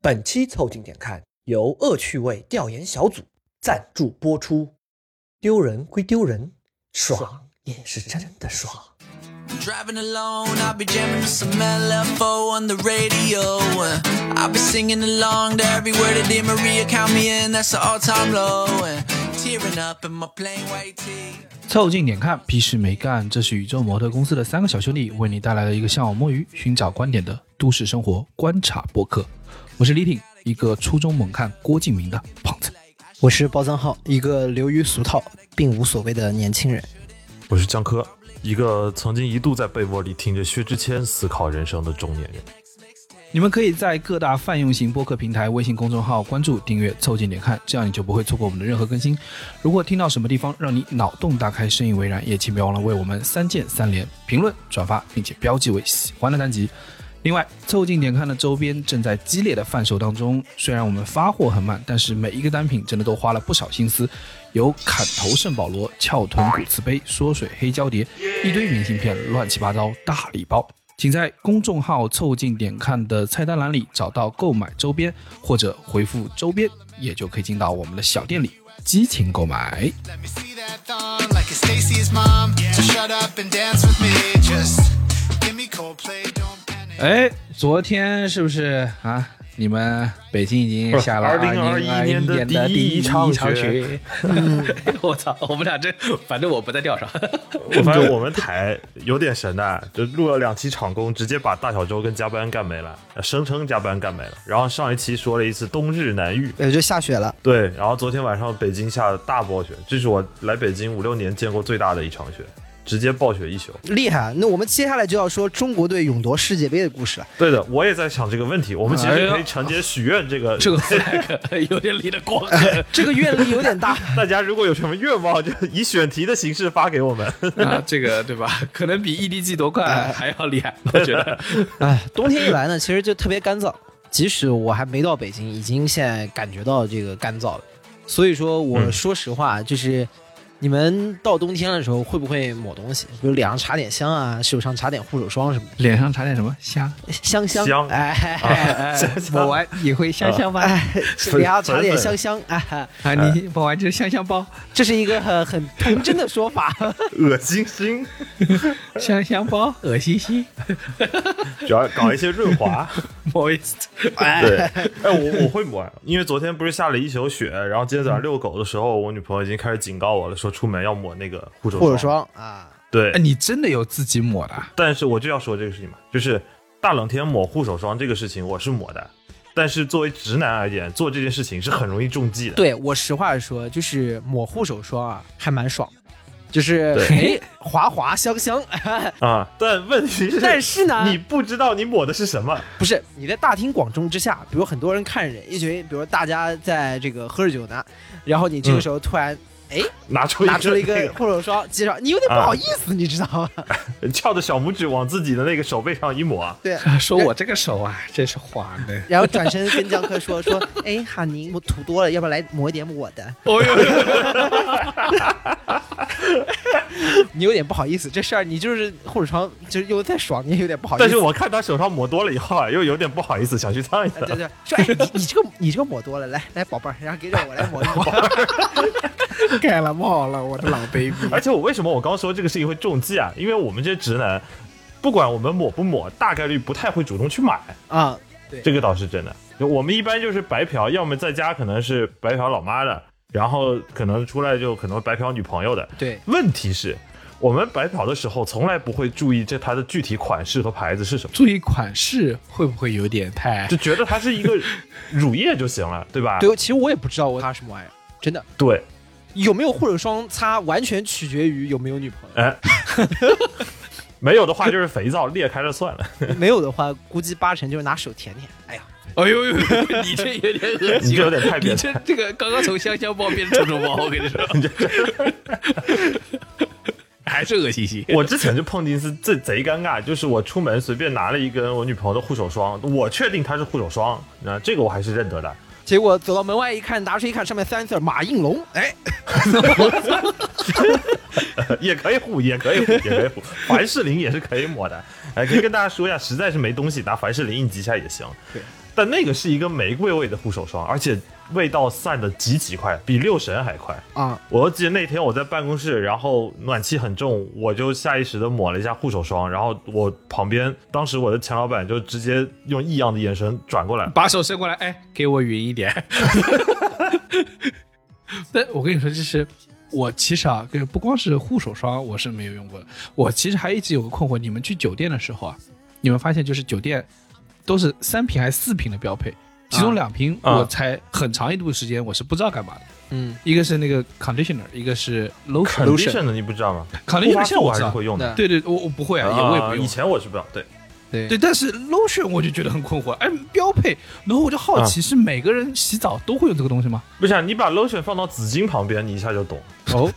本期凑近点看由恶趣味调研小组赞助播出。丢人归丢人，爽也是真的爽。 Driving alone, I'll be jamming to some LFO on the radio. I'll be singing along to every word that Dear Maria count me in. That's an all-time low. Tearing up in my plain white tee. 凑近点看，屁事没干。这是宇宙模特公司的三个小兄弟为你带来了一个向往摸鱼、寻找观点的都市生活观察播客。我是李挺，一个初中猛看郭敬明的胖子。我是包藏浩，一个流于俗套并无所谓的年轻人。我是江科，一个曾经一度在被窝里听着薛之谦思考人生的中年人。你们可以在各大泛用型播客平台、微信公众号关注、订阅、凑近点看，这样你就不会错过我们的任何更新。如果听到什么地方让你脑洞大开、深以为然，也请别忘了为我们三键三连、评论、转发，并且标记为喜欢的单集。另外，凑近点看的周边正在激烈的贩售当中。虽然我们发货很慢，但是每一个单品真的都花了不少心思，有砍头圣保罗、翘臀骨瓷杯、缩水黑胶碟，一堆明信片，乱七八糟大礼包。请在公众号“凑近点看”的菜单栏里找到购买周边，或者回复“周边”，也就可以进到我们的小店里激情购买。 Let me see that thong like it's Stacy's mom. So shut up and dance with me. Just give me Coldplay, don't panic. 哎，昨天是不是啊？你们北京已经下了不是2021 2021年的年的第第一一场场雪 雪。我操！我们俩这，反正我不在调上。 我发现我们台有点神呐、就录了两期场工，直接把大小周跟加班干没了，呃声称加班干没了。然后上一期说了一次冬日难遇，呃，就下雪了，对。然后昨天晚上北京下了大暴雪，这是我来北京五六年见过最大的一场雪，直接暴雪一宿。厉害！那我们接下来就要说中国队勇夺世界杯的故事了。对的，我也在想这个问题。我们其哎实呀可以承接许愿这个，这个 flag 有点离得 光。这个愿力有点 大，大家如果有什么愿望，就以选题的形式发给我们。啊，这个对吧？可能比 EDG 夺冠还要厉害，我觉得。哎，冬天一来呢，其实就特别干燥。即使我还没到北京，已经现在感觉到这个干燥了。所以说，我嗯说实话，就是你们到冬天的时候会不会抹东西？比如脸上擦点香啊，手上擦点护手霜什么 脸上擦点什么香？的，香香香哎， 哎抹完也会香香吧？哎，脸上擦点粉香粉香，哎，啊，你抹完就是香香包，这是一个很很童真的说法。恶心心，香香包，恶心心。主要搞一些润 滑。 moist。对，哎，我我会抹，因为昨天不是下了一宿雪，然后今天早上遛狗的时候，我女朋友已经开始警告我了，说出门要抹那个护手护手霜啊，对哎，，你真的有自己抹的啊？但是我就要说这个事情嘛，就是大冷天抹护手霜这个事情，我是抹的。但是作为直男而言，做这件事情是很容易中计的。对我实话说，就是抹护手霜啊，还蛮爽，就是哎对滑滑香香， 啊，但问题是，但是呢你不知道你抹的是什么。不是你在大庭广众之下，比如很多人看着人，一群比如大家在这个喝着酒呢，然后你这个时候突然。哎，拿出拿出了一那个护手霜接上，你有点不好意思，你知道吗？ 个翘着小拇指往自己的那个手背上一抹，啊对，说我这个手啊，真是滑的。然后转身跟江科说说， 哎，哈宁，我涂多了，要不要来抹一点我的？哦呦， 你有点不好意思，这事儿你就是护手霜，就是用的太爽，你也有点不好意思。但是我看他手上抹多了以后啊，又有点不好意思，想去蹭一哎，对下。对，说哎，你你这个你这个抹多了，来来宝贝儿，然后给让我来抹一抹。 盖了帽了，我的老 baby。而且我为什么我刚说这个事情会中计啊？因为我们这些直男，不管我们抹不抹，大概率不太会主动去买， 啊，这个倒是真的。就我们一般就是白嫖，要么在家可能是白嫖老妈的，然后可能出来就可能白嫖女朋友的。对，问题是，我们白嫖的时候从来不会注意这它的具体款式和牌子是什么。注意款式会不会有点太就觉得它是一个乳液就行了，对吧？对，其实我也不知道我擦什么玩意儿，真的对，有没有护手霜擦，完全取决于有没有女朋哎， 没有的话就是肥皂裂开了算了。友。没有的话，估计八成就是拿手舔舔。哎呀，哎呦呦，你这有点恶你心这有点太你 变态这这个刚刚从香香包变成虫虫包，我跟你说，还是恶心心。我之前就碰见一次，这贼尴尬，就是我出门随便拿了一根我女朋友的护手霜，我确定它是护手霜，那这个我还是认得的。 结果走到门外一看，拿出一看，上面三字儿马应龙。哎，也可以护，也可以护，也可以护。凡士林也是可以抹的，哎，可以跟大家说一下，实在是没东西，拿凡士林一挤一下也行。对，但那个是一个玫瑰味的护手霜，而且味道散的极其快，比六神还快。啊，我记得那天我在办公室，然后暖气很重，我就下意识的抹了一下护手霜，然后我旁边当时我的前老板就直接用异样的眼神转过来，把手伸过来，哎，给我匀一点。 但我跟你说，就是我其实啊，跟不光是护手霜，我是没有用过的。我其实还一直有个困惑，你们去酒店的时候啊，你们发现就是酒店都是三瓶还是四瓶的标配，其中两瓶啊我才很长一度时间我是不知道干嘛的，嗯，一个是那个 conditioner，一个是 condition lotion。的你不知道吗？护 conditioner 发现素在我我知还是道会，用的。对对，我我不会啊，也我也啊，不用以。前我是不知道，对，对对，但是 lotion 我就觉得很困惑，哎，标配。然后我就好奇，是每个人洗澡都会有这个东西吗？ 不是、啊、你把 lotion 放到纸巾旁边，你一下就懂。哦，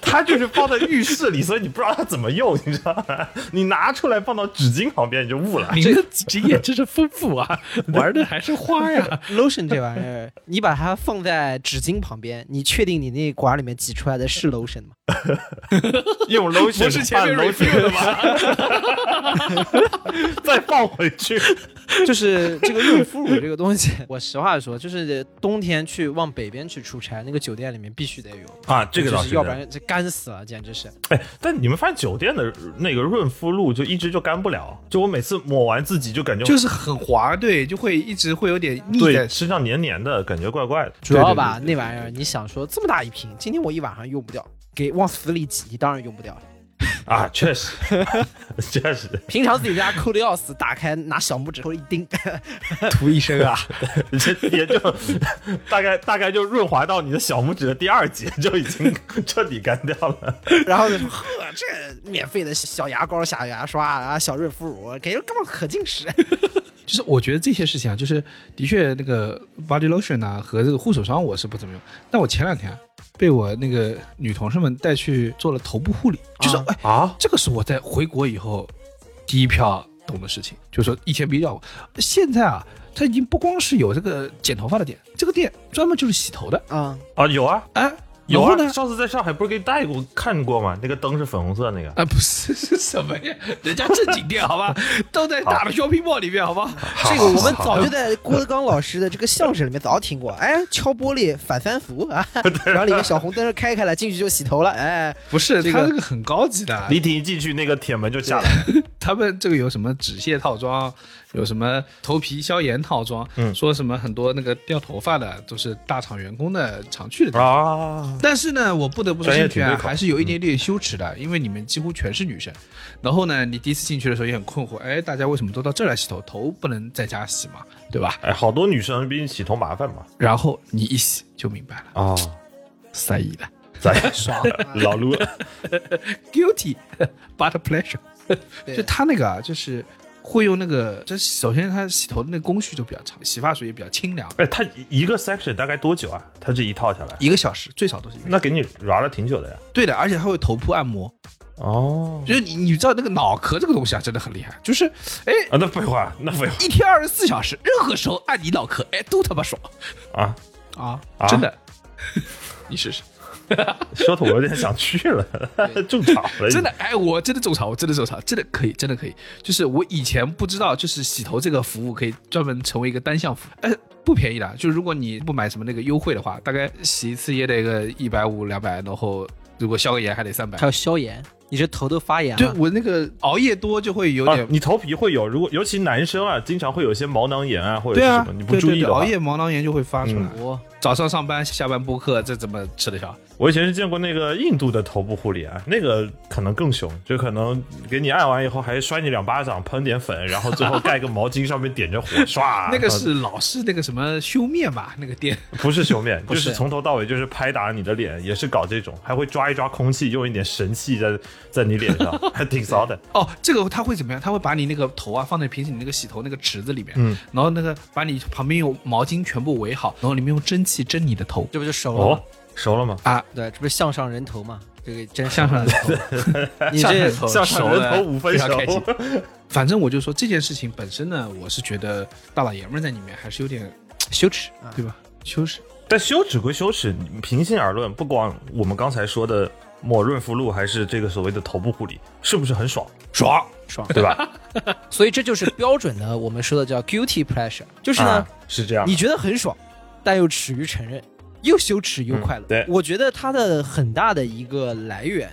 它就是放在浴室里，所以你不知道它怎么用，你知道吗？你拿出来放到纸巾旁边，你就悟 了。您的经验真是丰富 啊，玩的还是花呀。 lotion 这玩意儿， 你把它放在纸巾旁边，你确定你那管里面挤出来的是 lotion 吗？用 lotion 不是前面拌 review 的 lotion 吗？ 再放回去。 就是这个润肤乳这个东西， 我实话说，就是冬天去往北边去出差，那个酒店里面必须得有啊这个就倒是是要不然这干死了，简直是。哎，但你们发现酒店的那个润肤露就一直就干不了，就我每次抹完自己就感觉 就是很滑，对，就会一直会有点腻对在。身上黏黏的感觉怪怪的。主要吧，那玩意儿你想说这么大一瓶，今天我一晚上用不掉，给往死里挤，你当然用不掉了。啊，确实，确实，平常自己在家抠的要死，打开拿小拇指头一钉， 涂一身啊。这也就大概大概就润滑到你的小拇指的第二节就已经彻底干掉了。然后就说呵，这免费的小牙膏、小牙刷啊、小润肤乳，给人根本可劲 使。就是我觉得这些事情啊，就是的确那个 body lotion 啊和这个护手霜我是不怎么用，但我前两天啊被我那个女同事们带去做了头部护理，就是、啊哎啊，这个是我在回国以后第一票懂的事情，就是说以前没遇到过，现在啊，它已经不光是有这个剪头发的店，这个店专门就是洗头的，啊、啊，有啊，哎，有然后啊，呢？上次在上海不是给你带过看过吗？那个灯是粉红色那个。啊，不是是什么呀？ 人家正经店好吧，都在大的 shopping mall 里面好吧？这个我们早就在郭德纲老师的这个相声里面早听过。哎，敲玻璃反三俗 啊，然后里面小红灯开开了，进去就洗头了。哎，不是，这他个这个很高级的，李挺一进去，那个铁门就下来了。他们这个有什么止泻套装，有什么头皮消炎套装，嗯说什么很多那个掉头发的都是大厂员工的常去的地方。啊，但是呢，我不得不说，专业进去挺啊对口还是有一点点羞耻的，因为你们几乎全是女生。然后呢，你第一次进去的时候也很困惑，哎，大家为什么都到这儿来洗头？头不能在家洗嘛，对吧？哎，好多女生比你洗头麻烦嘛。然后你一洗就明白了，啊，塞一的咱啊老 撸 guilty but pleasure， 对就他那个啊，就是会用那个，这首先他洗头的那个工序就比较长，洗发水也比较清凉，哎，他一个 section 大概多久啊？他这一套下来，一个小时最少都是一个。那给你抓了挺久的呀。对的，而且他会头部按摩，哦，就是你你知道那个脑壳这个东西啊，真的很厉害，就是哎。啊，那废话，那废话一天二十四小时，任何时候按你脑壳，哎，都他妈爽啊，啊！啊真 的，你试试，说的我有点想去 了，种草了，啊真的，。哎，我真的种草，我真的种草，真的可以，真的可以。就是我以前不知道，就是洗头这个服务可以专门成为一个单项服务，哎，不便宜的。就是如果你不买什么那个优惠的话，大概洗一次也得个一百五、两百，然后如果消个炎还得三百。有消炎，你这头都发炎对我那个熬夜多就会有啊点，你头皮会有，如果尤其男生啊，经常会有一些毛囊炎啊，或者对是啊什么，，你不对注对意对，的话熬。夜毛囊炎就会发出来。嗯我早上上班，下班播客，这怎么吃得消？我以前是见过那个印度的头部护理啊，那个可能更凶，就可能给你按完以后还摔你两巴掌，喷点粉，然后最后盖个毛巾上面点着火，啊唰。 那个是老式那个什么修面吧，那个店。不是修面，就不是是从头到尾就是拍打你的脸，也是搞这种，还会抓一抓空气，用一点神气在在你脸上，还挺骚的。哦，这个他会怎么样？他会把你那个头啊放在平时你那个洗头那个池子里面，嗯然后那个把你旁边用毛巾全部围好，然后里面用蒸汽蒸你的 头这不就熟哦，熟了吗？啊，对，这不是向上人头吗？这个真向上的 头，你向上的这头，向熟上人了头五分非常熟开心。反正我就说这件事情本身呢，我是觉得大老爷们儿在里面还是有点羞耻啊！对吧？羞耻，但羞耻归羞耻，你平心而论，不光我们刚才说的抹润肤露还是这个所谓的头部护理，是不是很爽？爽，爽，对吧？所以这就是标准的我们说的叫 guilty pleasure，就是呢啊，是这样你。觉得很爽，但又耻于承认，又羞耻又快乐。嗯对我觉得它的很大的一个来源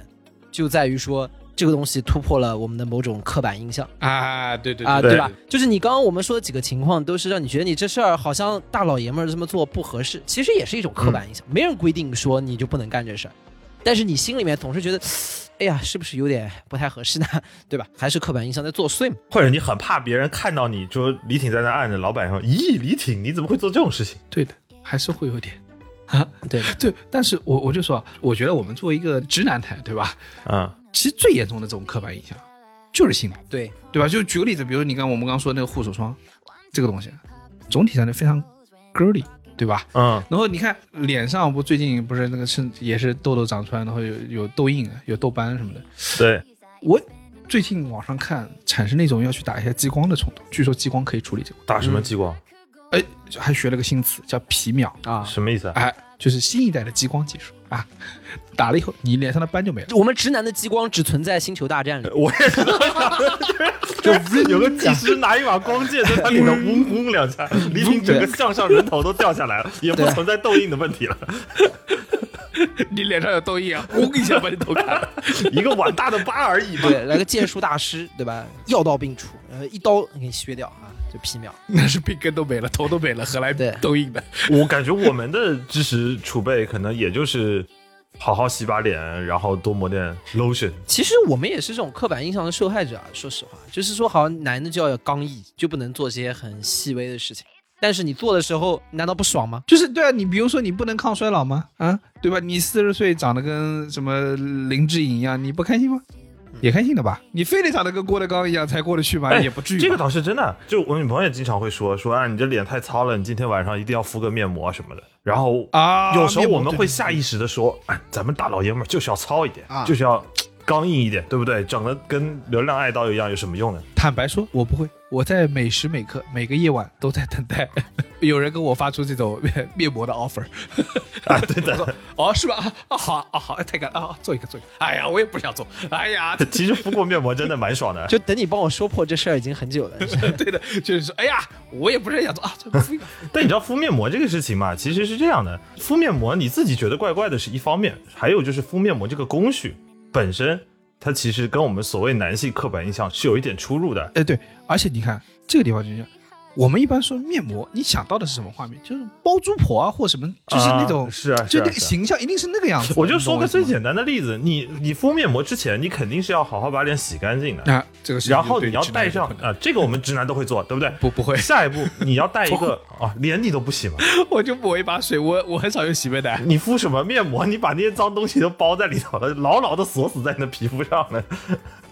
就在于说。这个东西突破了我们的某种刻板印象啊，对对啊，对吧？就是你刚刚我们说的几个情况，都是让你觉得你这事儿好像大老爷们儿这么做不合适，其实也是一种刻板印象，嗯没人规定说你就不能干这事儿，但是你心里面总是觉得，哎呀，是不是有点不太合适呢？ 对吧？还是刻板印象在作祟嘛？或者你很怕别人看到你，说李挺在那按着，老板说：“咦，李挺，你怎么会做这种事情对的，还是会有点。对的，对，但是我我就说啊，我觉得我们作为一个直男台，对吧？？”嗯，其实最严重的这种刻板印象就是性能，对，对吧？就举个例子，比如你刚我们刚说那个护手霜这个东西，总体上就非常 girly，对吧？嗯，然后你看脸上不最近不是那个是也是痘痘长出来，然后有有痘印、有痘斑什么的。对，我最近网上看产生那种要去打一下激光的冲动，据说激光可以处理这个，打什么激光？哎，还学了个新词叫皮秒，啊，什么意思啊？哎，就是新一代的激光技术啊，打了以后你脸上的斑就没了。我们直男的激光只存在《星球大战》里。我也是，就 有个技师拿一把光剑在他脸上嗡嗡两下，嗯李挺整个向上人头都掉下来了，也不存在痘印的问题了。 你脸上有痘印啊，嗡一下把你头砍了。一个碗大的疤而 已嘛。对，来个剑术大师，对吧？药到病除，呃，一刀给你削掉啊，就皮秒。 那是病根都没了，头都没了，何来对痘印 的？我感觉我们的知识储备可能也就是好好洗把脸，然后多抹点 lotion。其实我们也是这种刻板印象的受害者啊，说实话，就是说好像男的就要有刚毅，就不能做些很细微的事情。但是你做的时候，难道不爽吗？就是对啊，你比如说你不能抗衰老吗？啊，对吧？你四十岁长得跟什么林志颖一样，你不开心吗？也开心的吧？你非得长得跟郭德纲一样才过得去吗？也不至于吧。哎这个倒是真的。就我女朋友也经常会说说啊，你这脸太糙了，你今天晚上一定要敷个面膜什么的。然后啊有时候面膜我们对会对下意识的说，哎，咱们大老爷们儿就是要糙一点，啊就是要刚硬一点，对不对？长得跟流量爱豆一样有什么用呢？坦白说，我不会，我在每时每刻、每个夜晚都在等待 有人跟我发出这种 面膜的 offer。 啊，对的。哦，是吧？啊啊，好啊，好，哎太感啊，做一个做一个。哎呀，我也不想做。哎呀， 其实敷过面膜真的蛮爽的，就等你帮我说破这事儿已经很久了。 对的，就是说，哎呀，我也不是很想做啊，做个敷一个。但你知道敷面膜这个事情嘛？其实是这样的，敷面膜你自己觉得怪怪的是一方面，还有就是敷面膜这个工序本身，它其实跟我们所谓男性刻板印象是有一点出 入的。哎，对，而且你看这个地方就是，我们一般说面膜，你想到的是什么画面？就是包租婆啊，或什么，就是那种、啊是啊就是啊那个是啊形象一定是那个样子。 我就说个最你懂简单的例子，你你敷面膜之前，你肯定是要好好把脸洗干净我的意思，吗啊，这个是然后你要对直男带有上困 难啊，这个我们直男都会做，对不对？ 不不会下一步你要带一 个啊，脸你都不洗吗？我就抹一把水，我我很少用洗面奶。你敷什么面膜？你把那些脏东西都包在里头了，牢牢的锁死在你的皮肤上了。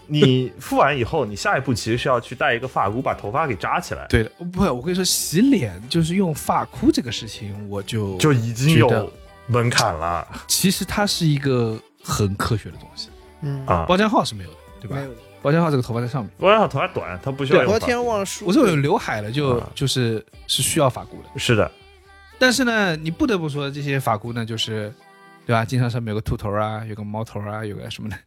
你敷完以后，你下一步其实是要去戴一个发箍，把头发给扎起 来。对的，不，我跟你说，洗脸就是用发箍这个事情，我就就已经觉得有门槛了其实它是一个很科学的东西。嗯，啊！包浆号是没有的，对吧？包浆号这个头发在上面，我想头发短，它不需要用昨发天忘了说，我这种有刘海了就啊就是是需要发箍的。是啊的，但是呢，你不得不说这些法箍呢，就是，对吧？经常上面有个兔头啊，有个猫头啊，有个什 么的，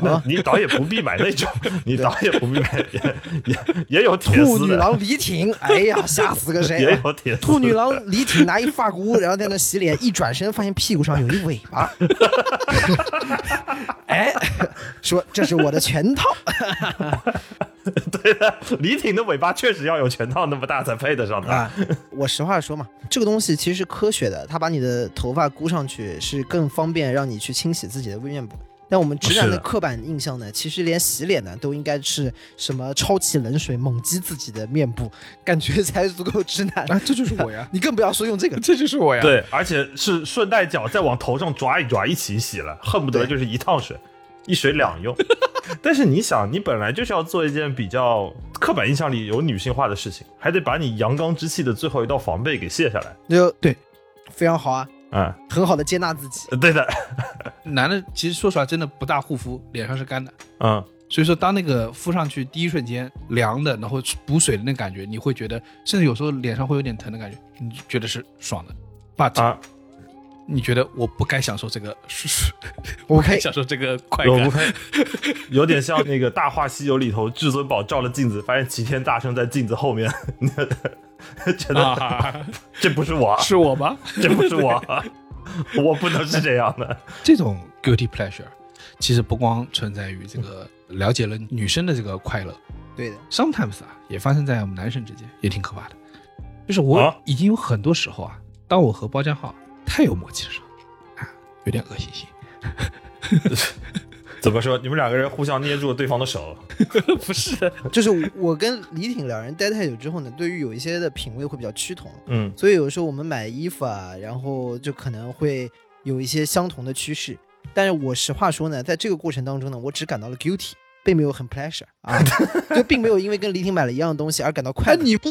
那你倒也不必买那种，你倒也不必买，也也也有铁兔丝女的，郎李挺，哎呀，吓死个谁 也啊！有铁丝的兔女郎李挺拿一发箍，然后在那洗脸，一转身发现屁股上有一尾巴， 哎，说这是我的全套。对的，李挺的尾巴确实要有全套那么大才配得上它。啊，我实话说嘛，这个东西其实是科学的，它把你的头发箍上去是更方便让你去清洗自己的面部。但我们直男是的的刻板印象呢，其实连洗脸呢都应该是什么超起冷水猛击自己的面部，感觉才足够直男。，啊，这就是我呀你更不要说用这 个，这就是我呀。，对，而且是顺带脚再往头上抓一抓，一起洗 了，恨不得对就是一趟水，一水两用。但是你想，你本来就是要做一件比较刻板印象里有女性化的事情，还得把你阳刚之气的最后一道防备给卸下来。就对，非常好啊，呃嗯，很好的接纳自己。对的，男的其实说实话真的不大护肤，脸上是干的， 嗯，所以说当那个敷上去第一瞬间凉的，然后补水的那感觉，你会觉得，甚至有时候脸上会有点疼的感觉，你就觉得是爽的。But、啊，你觉得我不该享受这个， 我不该可以享受这个快我 不感。配，有点像那个《大话西游》里头，至尊宝照了镜子，发现齐天大圣在镜子后面， 真的，啊，这不是我，是我吗？ 这不 是我，我不能是这样的。这种 guilty pleasure 其实不光存在于这个了解了女生的这个快乐对的， ，sometimes 啊，也发生在我们男生之间，也挺可怕的。就是我啊已经有很多时候啊，当我和包浆浩太有默契的时候，啊，有点恶心心。怎么说？你们两个人互相捏住了对方的手， 不是的，就是我跟李挺两人待太久之后呢，对于有一些的品味会比较趋同，嗯，所以有时候我们买衣服啊，然后就可能会有一些相同的趋势。但是我实话说呢，在这个过程当中呢，我只感到了 guilty，并没有很 pleasure 啊，就并没有因为跟李挺买了一样的东西而感到快乐。你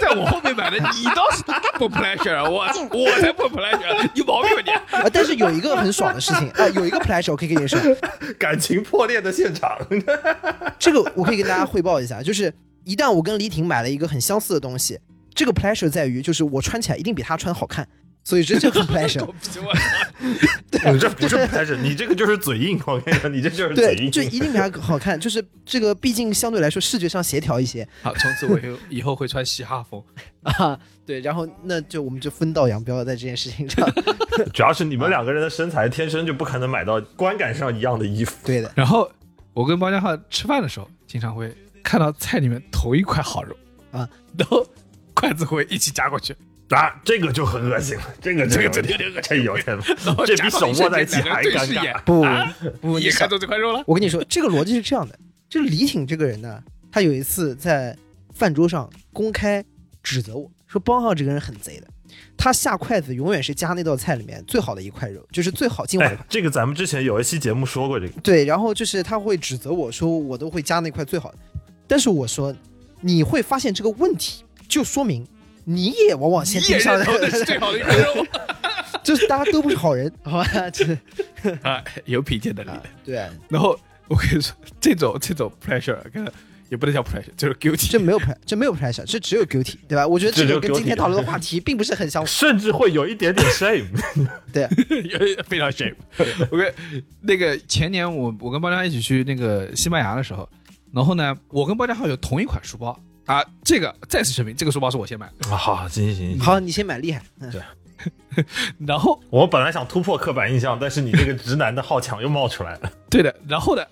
在我后面买的，你倒是不 pleasure，我 我才不 pleasure，有毛病吧你？啊，但是有一个很爽的事情啊，有一个 pleasure 我可以跟你说，感情破裂的现场，这个我可以跟大家汇报一下，就是一旦我跟李挺买了一个很相似的东西，这个 pleasure 在于就是我穿起来一定比他穿好看，所以这就很 pleasure 狗。屁我你嗯这不是开始，你这个就是嘴硬，我跟你说，你这就是嘴对，硬。就一定比他好看，就是这个毕竟相对来说视觉上协调一些好，从此我以后以后会穿嘻哈风。啊。对，然后那就我们就分道扬镳了，在这件事情上。主要是你们两个人的身材天生就不可能买到观感上一样的衣服。对的，然后我跟包家浩吃饭的时候，经常会看到菜里面头一块好肉啊，然后筷子会一起夹过去，啊，这个就很恶心了，这个这个这真的有点恶这有点， 然后这夹比到手一握瞬在一间两起个还人 尴对视一尬哎眼。不啊不，你你也想看，中这块肉了？我跟你说，这个逻辑是这样的，这李挺这个人呢，他有一次在饭桌上公开指责我说，包浩这个人很贼的，他下筷子永远是夹那道菜里面最好的一块肉，就是最好进化的哎一块。，这个咱们之前有一期节目说过这个，对，然后就是他会指责我说，我都会夹那块最好的，但是我说，你会发现这个问题，就说明。你也往 往你先也盯上认同的是最好的一块肉 就是大家都不是好人，好吧？ 就是 啊，有品鉴的你啊。，对，然后我跟你说，这种这种 pressure 跟也不能叫 pressure，就是 guilty。这没有 pre，这没有 pressure，这只有 guilty，对吧？我觉得这这个就跟 guilty 今天讨论的话题并不是很 相符。甚至会有一点点 shame。对， 有非常 shame。我跟那个前年我我跟包家浩一起去那个西班牙的时候，然后呢，我跟包家浩有同一款书包啊，这个再次声明，这个书包是我先买的。啊好，行行行，好，你先买厉害，嗯然后我本来想突破刻板印象，但是你这个直男的好强又冒出来了。对的，然后呢，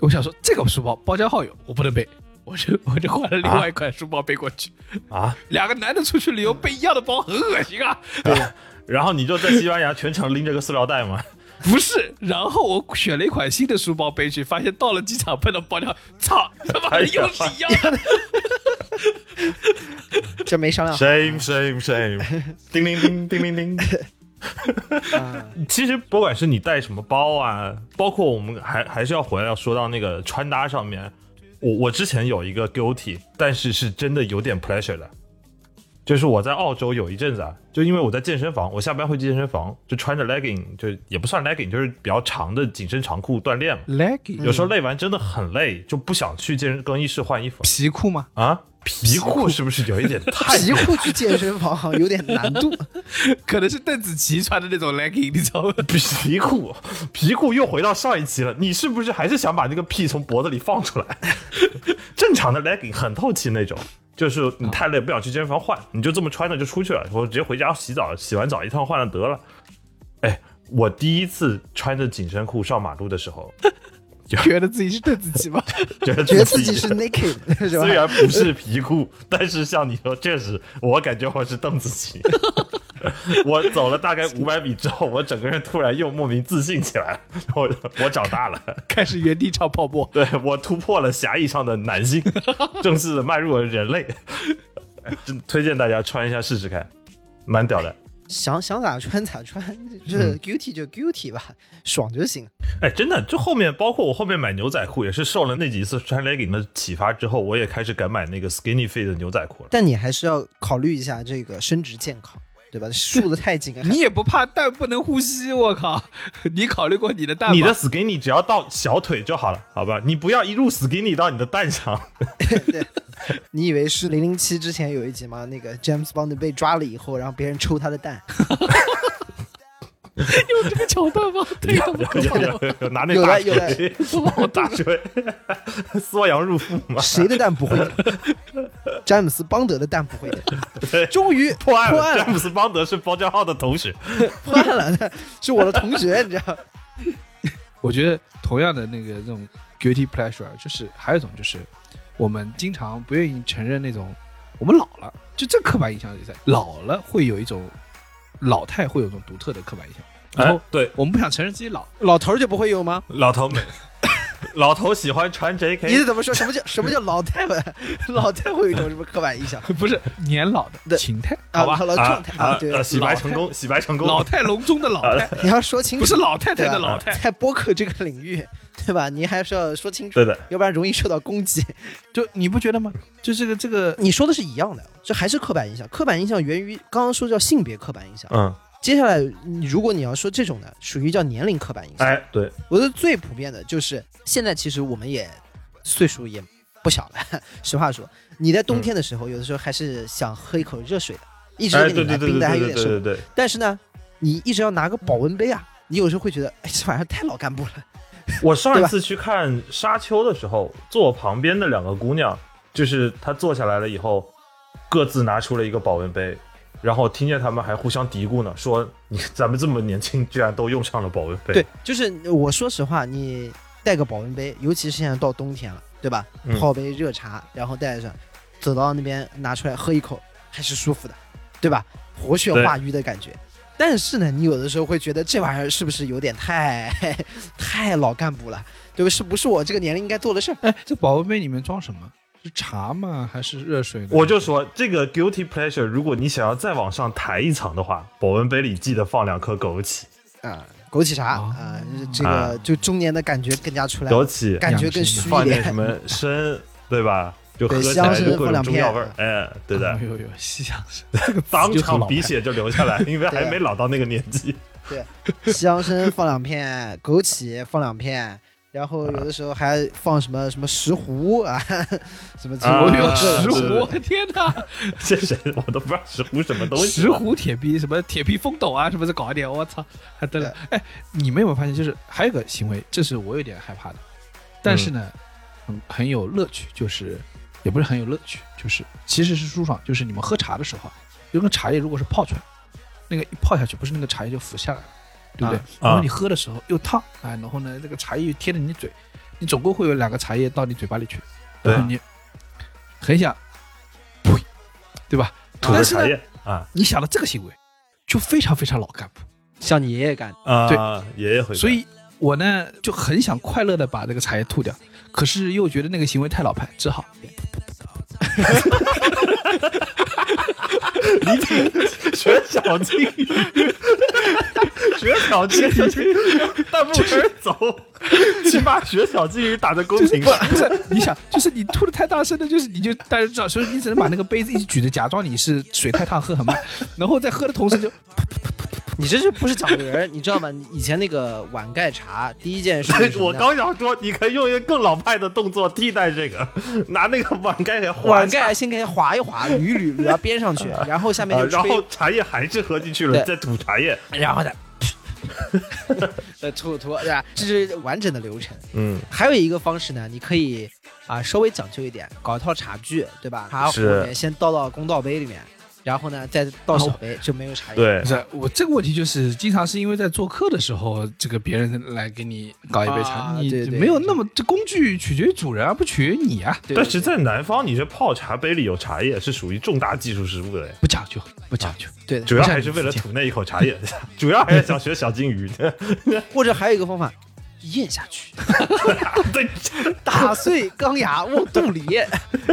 我想说这个书包包家浩有，我不能背，我就我就换了另外一款书包背过去。啊，两个男的出去旅游背一样的包很恶心啊，然后你就在西班牙全程拎着个塑料袋嘛，不是？然后我选了一款新的书包背去，发现到了机场碰到包家浩，操他妈啊哎的呀又是一样的。这没商量好。 shame shame shame，叮 铃叮叮铃铃。 其实不管是你带什么包啊，包括我们还还是要回来要说到那个穿搭上面。我我之前有一个 guilty，但是是真的有点 pleasure 的，就是我在澳洲有一阵子啊，就因为我在健身房，我下班会去健身房，就穿着 legging，就也不算 legging，就是比较长的紧身长裤锻炼嘛。 leggy 有时候累完真的很累，就不想去健身更衣室换衣服皮裤吗？啊。皮裤是不是有一点太皮裤去健身房好像有点难度，可能是邓紫棋穿的那种 legging，你知道吗？ 皮裤，皮裤又回到上一期了。你是不是还是想把那个屁从脖子里放出来？ 正常的 legging 很透气那种，就是你太累不想去健身房换，你就这么穿着就出去了，我直接回家洗澡，洗完澡一趟换了得了。哎，我第一次穿着紧身裤上马路的时候， 觉得自己是邓紫棋吗？觉得觉得自己是 naked 是虽吧？然不是皮裤， 但是像你说，确实，我感觉我是邓紫 棋。我走了大概五百米之后，我整个人突然又莫名自信起来了。 我我长大 了， 开始原地唱泡沫。对我突破了狭义上的男 性，正式的迈入了人 类。真推荐大家穿一下试试看，蛮屌的。想想咋穿咋穿，就是嗯 guilty 就 guilty 吧，爽就行。哎，真的，就后面包括我后面买牛仔裤，也是受了那几次穿 legging 的启发之后，我也开始敢买那个 skinny fit 的牛仔裤了。但你还是要考虑一下这个生殖健康，对吧？束的太紧啊，你也不怕蛋不能呼吸？我靠！你考虑过你的蛋吗？ 你的 skinny 只要到小腿就好了，好吧？你不要一路 skinny 到你的蛋上。 你以为是零零七之前有一集吗？那个 James Bond 被抓了以后，然后别人抽他的蛋，用这个桥段 吗？对的吗？有有有有拿那有大的有的锤，大 锤，缩阳入腹嘛，谁的蛋不会疼？詹姆斯邦德的蛋不会疼。终于破案破了。案詹了，姆斯邦德是包浆浩的同学，破案了， 是我的同学，你知道？我觉得同样的那个这种 guilty pleasure，就是还有一种就是我们经常不愿意承认那种我们老了，就这刻板印象也在老了会有一种老态会有一种独特的刻板印象，然哦后哎，对，我们不想承认自己老，老头儿就不会有吗？老头们， 老头喜欢穿你是 JK，怎么说什么叫什么叫老太 们？老太会有一种什么刻板印象 不是年老的对情态，啊？好吧，老状态啊，对啊，洗白成功，洗白成功，老态龙钟的老啊态，你要说清 楚，不是老太太对的吧老态。在播客这个领域，对吧？您还是要说清楚对，的，要不然容易受到攻击。就你不觉得吗？就这个这个，你说的是一样的，这还是刻板印象。刻板印象源于刚刚说叫性别刻板印象，嗯，接下来你如果你要说这种的，属于叫年龄刻板印象。哎，对，我觉得最普遍的就是现在，其实我们也岁数也不小了。 实话说，你在冬天的时候，有的时候还是想喝一口热水的，一直嗯哎，给你来对对对冰对的还有对对点对受对对，但是呢，你一直要拿个保温杯啊，你有时候会觉得，哎，这玩意儿太老干部了。我上对一吧次去看《沙丘》的时候，坐我旁边的两个姑娘，就是她坐下来了以后，各自拿出了一个保温杯，然后听见她们还互相嘀咕呢，说你咱们这么年轻，居然都用上了保温杯。对，就是我说实话，你带个保温杯，尤其是现在到冬天了，对吧嗯？泡杯热茶，然后带上，走到那边拿出来喝一口，还是舒服的，对吧？活血对化瘀的感觉。但是呢，你有的时候会觉得这玩意儿是不是有点太太老干部了，对吧？是不是我这个年龄应该做的事儿？哎，这保温杯里面装什么？是茶吗？还是热水呢？我就说这个 guilty pleasure，如果你想要再往上抬一层的话，保温杯里记得放两颗枸杞，啊、枸杞茶哦啊、这啊个就中年的感觉更加出来了，枸杞感觉养生更虚一放点什点。么参，对吧？就喝对起来香参就各放种两中药片味儿，哎，对的 哎，呦呦，西洋这个当就很场老鼻态血就流下来，因为还对没老到那个年纪。香参放两片，枸杞放两片，然后有的时候还放什么什么石斛啊，什么这啊我种有是石是斛，天哪！这谁我都不知道石斛什么东西。石斛、铁皮什么铁皮风斗啊，什么的搞一点，我操，还得了！哎，你们有没有发现，就是还有一个行为，这是我有点害怕的，但是嗯呢，很很有乐趣，就是也不是很有乐趣，就是其实是舒爽，就是你们喝茶的时候啊，就跟茶叶如果是泡出来，那个一泡下去，不是那个茶叶就浮下来了，对不啊对？然后你喝的时候又烫啊，然后呢，这个茶叶又贴着你嘴，你总共会有两个茶叶到你嘴巴里去，对然后啊你很想，呸，对吧？吐但个是呢茶叶啊你想到这个行为，就非常非常老干部。像你爷爷干的，啊，爷爷会干，所以我呢就很想快乐的把这个茶叶吐掉，可是又觉得那个行为太老派，只 好你挺学小静，学小静，弹幕开始走，起码学小静打在公屏上。不是你想，就是你吐的太大声的，就是你就大家知道，所以你只能把那个杯子一直举着，假装你是水太烫，喝 很慢，然后在喝的同时就你这是不是讲究人？你知道吗？你以前那个碗盖茶，第一件事情是什么 我呢刚想说，你可以用一个更老派的动作替代这个，拿那个碗盖给划碗盖先给它划一划，捋一捋捋到边上 去，然后下面啊，就然吹后茶叶还是喝进去了，对再吐茶叶。然后再呃吐吐，对吧？这是完整的流程。嗯，还有一个方式呢，你可以啊稍微讲究一点，搞一套茶具，对吧？茶壶里是面先倒到公道杯里面，然后呢再倒小杯，就没有茶叶。，对不，是我这个问题就是经常是因为在做客的时候，这个别人来给你搞一杯茶，啊你对对没有那么这工具取决于主人啊，不取决于你啊，对但是在南方，你这泡茶杯里有茶叶是属于重大技术失误的。哎不讲究，不讲究。对的。主要还是为了吐那一口茶 叶，主要还是想学小金鱼。 或者还有一个方法，咽下去， 啊对，打碎钢牙往肚里咽，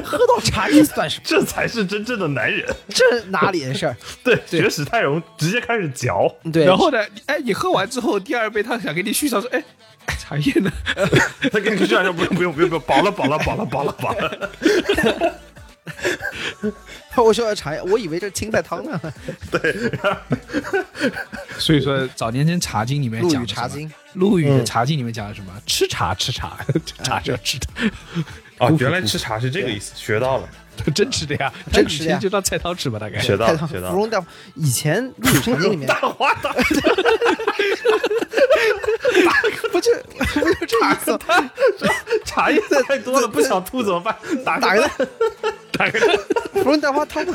喝到茶叶算什么？这才是真正的男人。这哪里的事儿？对，学史泰龙直接开始 嚼。对，然后呢，你哎，你喝完之后，第二杯他想给你续上，说哎，哎茶叶呢？他跟你说：“不用，不用，不用，不用，饱了，饱了，饱了，饱了，饱了。我说要茶叶，我以为这是青菜汤啊呢， 所以说，早年间茶经里面陆讲羽的茶什么，经。 陆羽的茶经里面讲的什么？吃茶，吃茶，茶就要吃的。 哦，原来吃茶是这个意思，学到了，真吃的呀， 真吃的呀它以前就当菜汤吃吧，大概。学到太了烫，，学到芙 了。蓉蛋，以前《陆羽山经》里面大花大不是不是这意思，茶叶太多了，不想吐怎么办？打打个个蛋，打个蛋，芙蓉蛋花汤。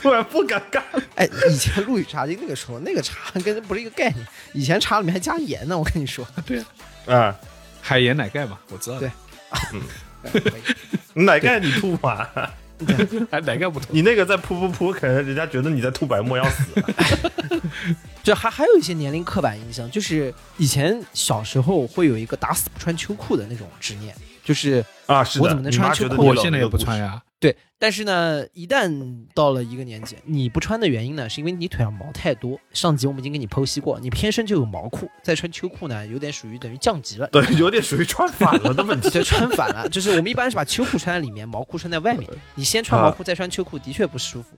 突然不尴尬。哎，以前《陆羽茶经》那个时候，那个茶跟不是一个概念，以前茶里面还加盐呢，我跟你说。啊，海盐奶盖嘛，我知道的。奶盖你吐吗？哎，奶盖不同。你那个在噗噗噗，可能人家觉得你在吐白沫要 死。就还还有一些年龄刻板印象，就是以前小时候会有一个打死不穿秋裤的那种执念，就是啊，是的，我怎么能你妈穿秋觉得裤你我老现在也这个不故穿事。呀，对。但是呢，一旦到了一个年纪，你不穿的原因呢，是因为你腿上毛太多。上集我们已经给你剖析过，你天生就有毛裤，再穿秋裤呢，有点属于等于降级了。 对，有点属于穿反了的问题。对，穿反了， 就是我们一般是把秋裤穿在里面，毛裤穿在外面。你先穿啊毛裤再穿秋裤，的确不舒服。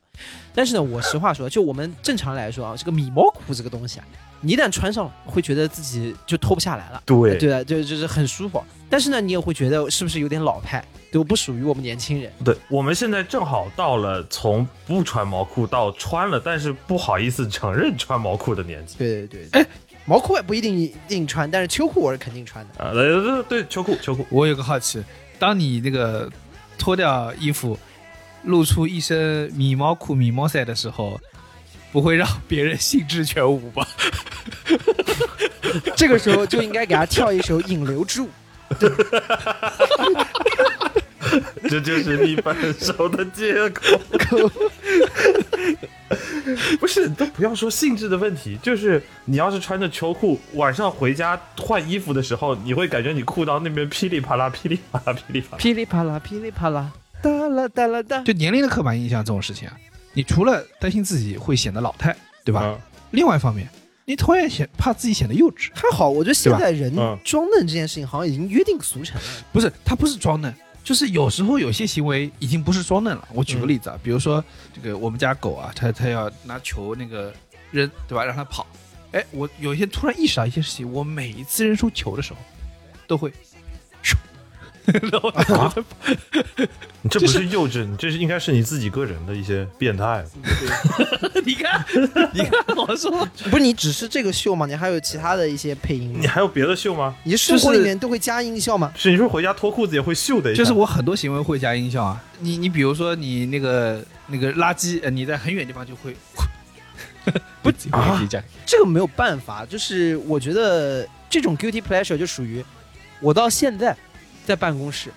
但是呢，我实话说，就我们正常来说啊，这个米毛裤这个东西啊，你一旦穿上了，会觉得自己就脱不下来了。 对对啊，就就是很舒服。但是呢，你也会觉得是不是有点老派，就不属于我们年轻人。对，我们现在正好到了从不穿毛裤到穿了，但是不好意思承认穿毛裤的年纪对对对，哎，毛裤也不一定硬穿，但是秋裤我是肯定穿 的。啊。对对对，秋裤秋裤，我有个好奇，当你那个脱掉衣服，露出一身米毛裤、米毛塞的时候，不会让别人兴致全无吧？这个时候就应该给他跳一首《引流之舞》，这就是你分手的借口。 不是，都不要说性质的问题，就是你要是穿着秋裤，晚上回家换衣服的时候，你会感觉你裤裆那边噼里啪啦、噼里啪啦、噼里啪啦。噼里啪啦，噼里啪啦，哒啦哒啦哒。就年龄的刻板印象这种事情啊，你除了担心自己会显得老态，对吧？嗯另外一方面，你同样显怕自己显得幼稚。还好，我觉得现在人嗯装嫩这件事情好像已经约定俗成 了。不是，他不是装嫩，就是有时候有些行为已经不是装嫩了。我举个例子啊，比如说这个我们家狗啊，它它要拿球那个扔，对吧？让它跑。哎，我有一天突然意识到一件事情，我每一次扔出球的时候，都会， 咻然后它跑啊你这不是幼稚，你这是应该是你自己个人的一些变态。啊你看， 你看，我说不是你只是这个秀吗？你还有其他的一些配音 你吗？还有别的秀吗？你生活里面都会加音效吗？是你说回家脱裤子也会秀的一下，就是我很多行为会加音效啊。你你比如说你那个那个垃圾，呃你在很远地方就会， 不啊，这个没有办法，就是我觉得这种 guilty pleasure 就属于我到现在在办公室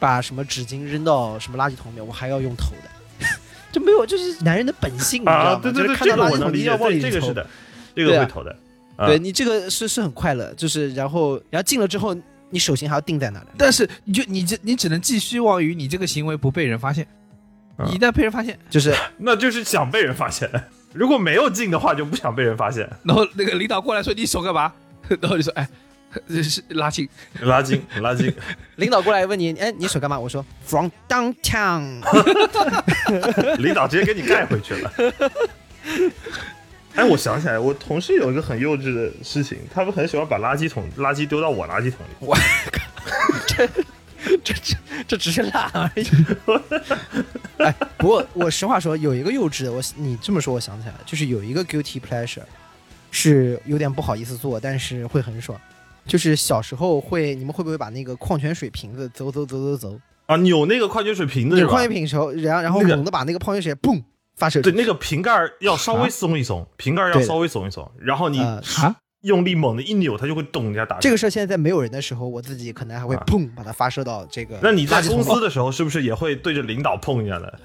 把什么纸巾扔到什么垃圾桶里面，我还要用头 的，就没有，就是男人的本性，你知道啊，吗？对对就对，是看这到个垃我圾能桶理你就要解，往对里这个头是。的，这对个啊会投的。啊对你这个是是很快乐，就是然后然后进了之后，你手心还要定在那里。但是你就你这你只能寄希望于你这个行为不被人发现，嗯你一旦被人发现，就是 那就是想被人发现。如果没有进的话，就不想被人发现。然后那个领导过来说你手干嘛， 然后你说哎，这是拉近，拉筋，拉筋，领导过来问你，哎，你手干嘛？我说 from downtown。 领导直接给你盖回去了。哎，我想起来，我同事有一个很幼稚的事情，他们很喜欢把垃圾桶垃圾丢到我垃圾桶里。这只是辣而已。哎不过我实话说，有一个幼稚的，我你这么说，我想起来了，就是有一个 guilty pleasure，是有点不好意思做，但是会很爽。就是小时候会，你们会不会把那个矿泉水瓶子走走走走走，啊，扭那个矿泉水瓶子你是吧矿泉水瓶的时候，然后然后那个猛地把那个矿泉水嘣发射出对，去，那个瓶盖儿要稍微松一松，瓶盖儿要对的稍微松一松，然后你呃啊用力猛的一扭，它就会咚一下打开。这个事儿现在在没有人的时候，我自己可能还会啊砰把它发射到这个。那你在垃圾桶公里司的时候，是不是也会对着领导碰一下的？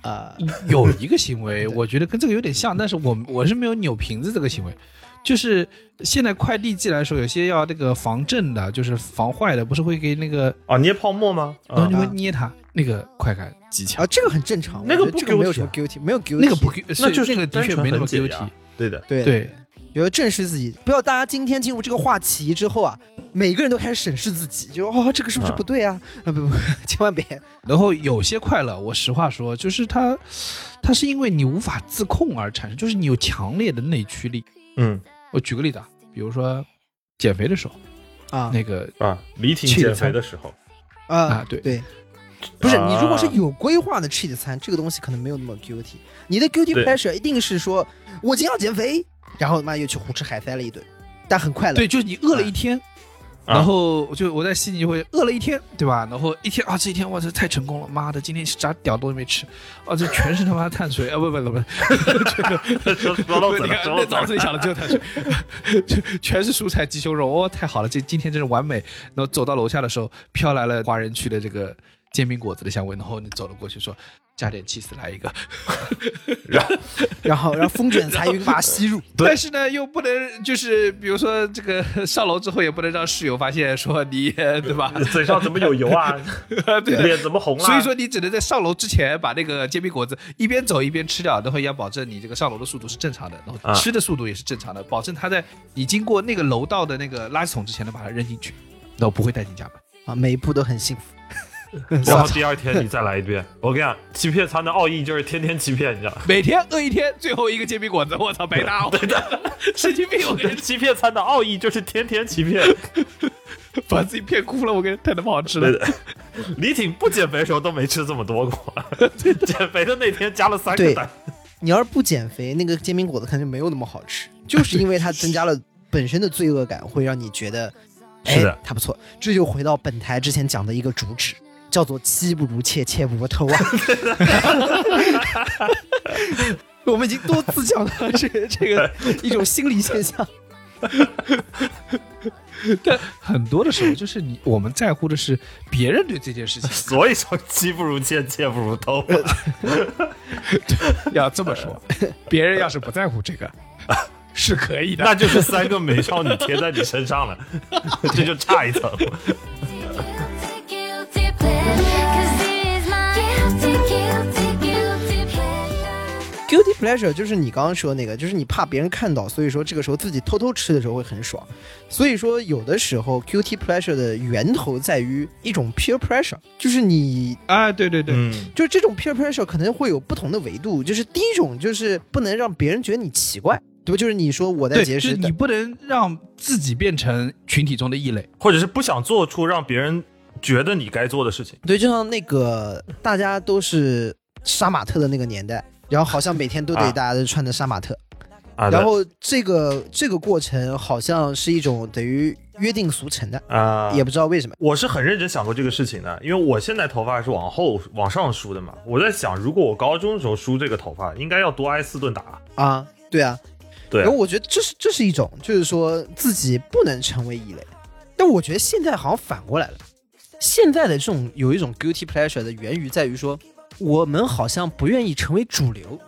啊？有一个行 为，我觉得跟这个有点像，但是我我是没有扭瓶子这个行为。就是现在快递寄来的时候，有些要那个防震的，就是防坏的，不是会给那个，啊，捏泡沫吗？然呃后啊你会捏它，那个快感极强啊，。这个很正常，那个我觉得不这个没有 guilty 什么 guilty，没有 guilty，那个不，那那就是那个的确单纯没那么很解啊压 guilty。对的，对，对，有要正视自己。不要大家今天进入这个话题之后啊，每个人都开始审视自己，就哦，这个是不是啊不对啊？啊，不 不，千万别。然后有些快乐，我实话说，就是它，它是因为你无法自控而产生，就是你有强烈的内驱力。嗯我举个例子啊，比如说减肥的时候啊那个啊，李挺去减餐肥的时候，啊啊对对，不是你如果是啊有规划的 cheat 餐，这个东西可能没有那么 guilty。你的 guilty 对 pleasure 一定是说我今天要减肥，然后妈又去胡吃海塞了一顿，但很快乐。对，就是你饿了一天，啊然后就我在悉尼就会饿了一天，对吧？然后一天啊，这一天哇，这太成功了，妈的，今天啥屌东西没吃，啊，这全是他妈碳水啊，不不不不，说说漏 不嘴你了，看说那漏嘴早了。自己想的就是碳水，全全是蔬菜鸡胸肉，哦，太好了，这今天真是完美。然后走到楼下的时候，飘来了华人区的这个煎饼果子的香味，然后你走了过去说。加点 cheese 来一个，然后然后风 卷残云把它吸入，但是呢，又不能就是，比如说这个 上楼之后，也不能让室友发现说你也对吧？嘴上怎么有油啊？ 对，脸怎么红啊了？所以说你只能在上楼之前把那个煎饼果子一边走一边吃掉，然后也要保证你这个上楼的速度是正常的，然啊后吃的速度也是正常的，保证它在你经过那个楼道的那个垃圾桶之前能把它扔进去，然后不会带进 家门。啊，每一步都很幸福。然后第二天你再来一遍。我跟你讲，欺骗餐的奥义就是天天欺骗，你知道吗？每天饿一天，最后一个煎饼果子，我操，白搭！我的神经病， 我跟你 欺骗餐的奥义就是天天 欺骗。把自己骗哭了，我跟你太他妈好吃对了。的，李挺不减肥的时候都没吃这么多过，减肥的那天加了三个对蛋。你要是不减肥，那个煎饼果子肯定没有那么好吃，就是因为它增加了本身的罪恶感，会让你觉得，哎是的，它不错。这就回到本台之前讲的一个主旨，叫做“妻不如妾，妾不如偷”啊。 我们已经多次讲到这 这个一种心理现象，很多的时候就是你我们在乎的是别人对这件事情所以说，妻不如妾，妾不如 偷。要这么 说，别人要是不在乎这 个。是可以的，那就是三个美少女贴在你身 上了，这就差一层。 Guilty pleasure, 'cause this is my guilty, guilty, guilty pleasure. guilty pleasure 就是你刚刚说那个，就是你怕别人看到，所以说这个时候自己偷偷吃的时候会很爽。所以说有的时候 guilty pleasure 的源头在于一种 peer pressure，就是你啊，对对对，嗯，就是这种 peer pressure 可能会有不同的维度，就是第一种就是不能让别人觉得你奇怪，对吧？就是你说我在对，节就食是，你不能让自己变成群体中的异类。或者是不想做出让别人觉得你该做的事情。对，就像那个大家都是杀马特的那个年代，然后好像每天都得啊大家都穿着杀马特，啊，然后这个这个过程好像是一种等于约定俗成的，啊，也不知道为什么。我是很认真想过这个事情的，因为我现在头发是往后往上梳的嘛。我在想，如果我高中的时候梳这个头发，应该要多挨四顿打。啊，对啊，对然后我觉得这是这是一种，就是说自己不能成为异类，但我觉得现在好像反过来了，现在的这种有一种 guilty pleasure 的源于在于说，我们好像不愿意成为主流，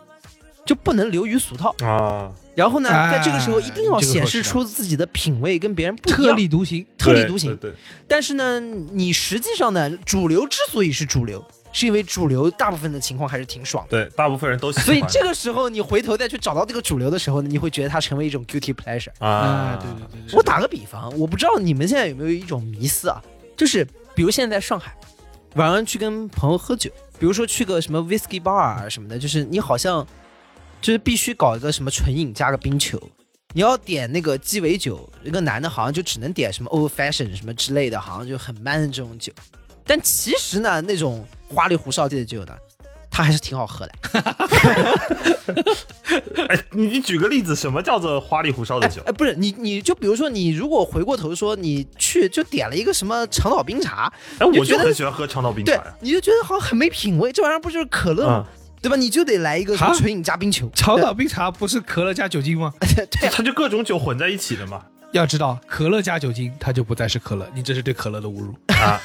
就不能流于俗套。啊，然后呢，啊在这个时候一定要这个显说示是的出自己的品味跟别人不一特样，立独行，特立独行。对对但是呢，你实际上呢，主流之所以是主流，是因为主流大部分的情况还是挺爽的。对，大部分人都喜欢。所以这个时候，你回头再去找到这个主流的时候呢，你会觉得它成为一种 guilty pleasure。啊啊，，对对对，我打个比方，我不知道你们现在有没有一种迷思啊，就是比如现在在上海，晚上去跟朋友喝酒，比如说去个什么 whisky bar 啊什么的，就是你好像就是必须搞一个什么纯饮加个冰球，你要点那个鸡尾酒，一个男的好像就只能点什么 old fashion 什么之类的，好像就很 man 的这种酒。但其实呢，那种花里胡哨的酒呢，它还是挺好喝的。哎，你你举个例子，什么叫做花里胡哨的酒 哎，不是你，你就比如说，你如果回过头说你去就点了一个什么长岛冰茶，哎，就我觉就得很喜欢喝长岛冰茶对呀，。你就觉得好像很没品味，这玩意儿不就是可乐啊吗？对吧？你就得来一个什么啊纯饮加冰球， 啊长岛冰茶不是可乐加酒精吗？就它就各种酒混在一起 的嘛。要知道，可乐加酒精，它就不再是可乐，你这是对可乐的侮辱。啊，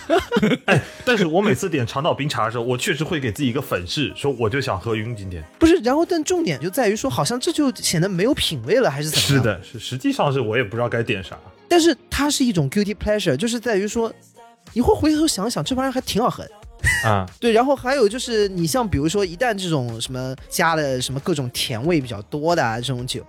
哎，但是我每次点长岛冰茶的时候，我确实会给自己一个粉饰，说我就想喝晕今天。不是？然后，但重点就在于说，好像这就显得没有品味了，还是怎么样？是。的，是实际上是我也不知道该点啥。但是它是一种 guilty pleasure，就是在于说，你会回头想想，这玩意儿还挺好喝的。啊，对，然后还有就是，你像比如说，一旦这种什么加了什么各种甜味比较多的、啊、这种酒，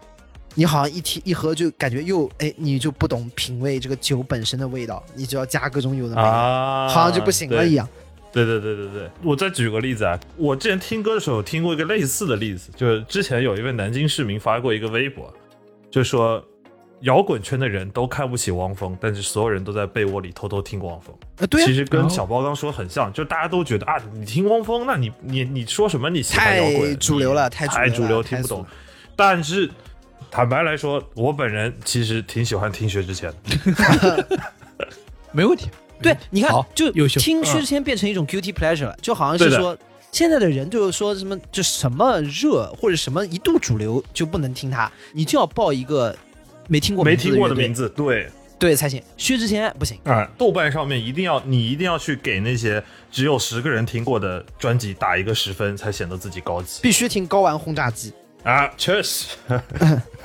你好像一提一喝就感觉又哎，你就不懂品味这个酒本身的味道，你就要加各种有的没的，啊，好像就不行了对一样。对对对对对，我再举个例子啊，我之前听歌的时候听过一个类似的例子，就是之前有一位南京市民发过一个微博，就说摇滚圈的人都看不起汪峰，但是所有人都在被窝里偷偷听汪峰。呃，对啊其，实跟小包刚说很像，就大家都觉得啊，你听汪峰，那你你你说什么你喜欢摇滚，太主流了你太主流太了主流，太听不俗懂了。但是坦白来说，我本人其实挺喜欢听薛之谦，没问题。哎对，你看好，就优秀听薛之谦变成一种 guilty pleasure 了，就好像嗯对是的说现在的人就是说什么就什么热或者什么一度主流就不能听他，你就要报一个没听过没听过的名字字，对。乐队对才行。薛之谦不行，啊、豆瓣上面一定要你一定要去给那些只有十个人听过的专辑打一个十分，才显得自己高级必须听睾丸轰炸机。啊！确实，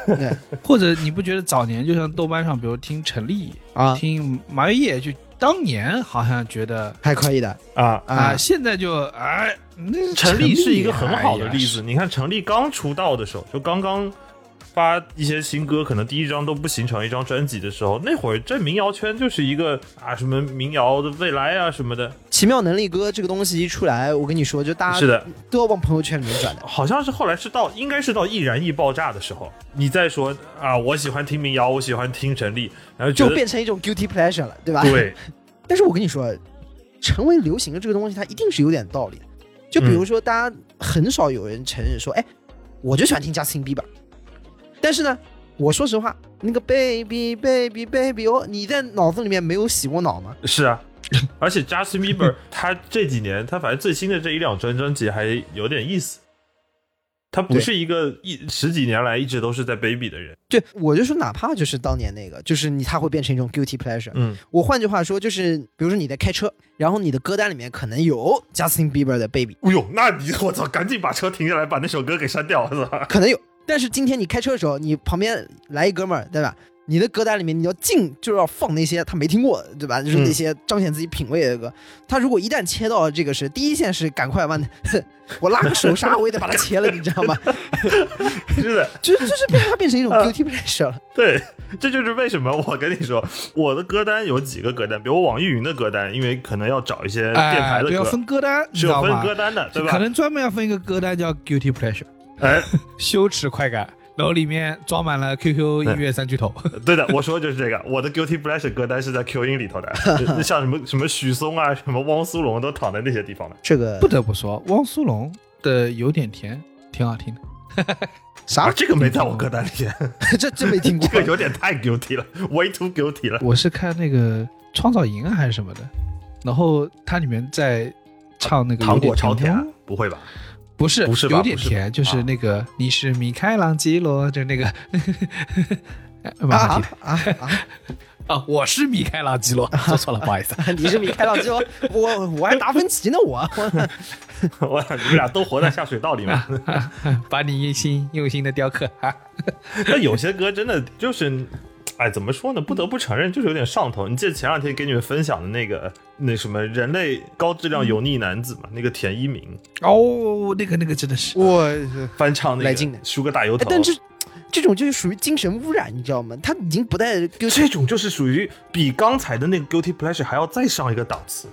对或者你不觉得早年就像豆瓣上，比如听陈粒、啊，听麻月夜，就当年好像觉得还可以的啊，啊、啊，现在就哎，那陈粒粒是一个很好的哎呀例子。你看陈粒刚出道的时候，就刚刚发一些新歌，可能第一张都不形成一张专辑的时候，那会儿这民谣圈就是一个啊什么民谣的未来啊什么的，奇妙能力歌这个东西一出来，我跟你说，就大是家的，都要往朋友圈里面转的。好像是后来是到应该是到易燃易爆炸的时候，你再说啊我喜欢听民谣，我喜欢听陈粒，然后觉就得变成一种 guilty pleasure 了，对吧？。对，但是我跟你说，成为流行的这个东西，它一定是有点道理的。就比如说，大家很少有人承认说，哎，我就喜欢听 Justin Bieber。但是呢，我说实话，那个 baby baby baby 哦，你在脑子里面没有洗过脑吗？是啊， 而且 Justin Bieber 他这几年他反正最新的这一两张专辑还有点意思，他不对是一个一十几年来一直都是在 baby 的人，对，我就说，哪怕就是当年那个，就是你，它会变成一种 guilty pleasure。嗯，我换句话说，就是比如说你在开车，然后你的歌单里面可能有 Justin Bieber 的 baby，哎呦，那你我操，赶紧把车停下来，把那首歌给删掉，我操！可能有。但是今天你开车的时候，你旁边来一哥们儿，对吧？你的歌单里面你要尽就要放那些他没听过，对吧？就是那些彰显自己品味的歌。他如果一旦切到了这个是第一线是赶快把，我拉个手刹我也得把它切了，你知道吗？ 是的，就就是被它变成一种 guilty pleasure 了。对，这就是为什么我跟你说，我的歌单有几个歌单，比如网易云的歌单，因为可能要找一些电台哎，的对，要歌，分歌单，你是知有道分吧？歌单的，对吧？可能专门要分一个歌单叫 guilty pleasure，哎，羞耻快感，然后里面装满了 QQ 音乐三巨头。对的，我说的就是这个。我的 guilty pleasure 歌单是在 Q 音里头的， 就像什么什么许嵩啊，什么汪苏泷都躺在那些地方的。这个 不得不说，汪苏泷的有点甜，挺好听的。啊，啥？这个没在我歌单里，这这没听过 这。个有点太 guilty 了，way too guilty 了。我是看那个创造营啊还是什么的，然后它里面在唱那个糖有点果超甜啊哦，不会吧？ 不是不是吧有点不是吧甜，就是啊那个、你是米开朗基罗，就那个。 哎蛮好啊听的啊啊！啊！我是米开朗基 罗，说错了，不好意思。你是米开朗基罗，我我还达芬奇呢，我我我你们俩都活在下水道里面。 把你用心用心的雕刻，哈、但有些歌真的就是，哎，怎么说呢？不得不承认，就是有点上头。你记得前两天给你们分享的那个那什么人类高质量油腻男子嘛，那个田一鸣哦，那个那个真的是，我。翻唱那来个劲的《梳个大油哎头》，但这这种就是属于精神污染，你知道吗？它已经不带 guilty 这种就是属于比刚才的那个 guilty pleasure 还要再上一个档次，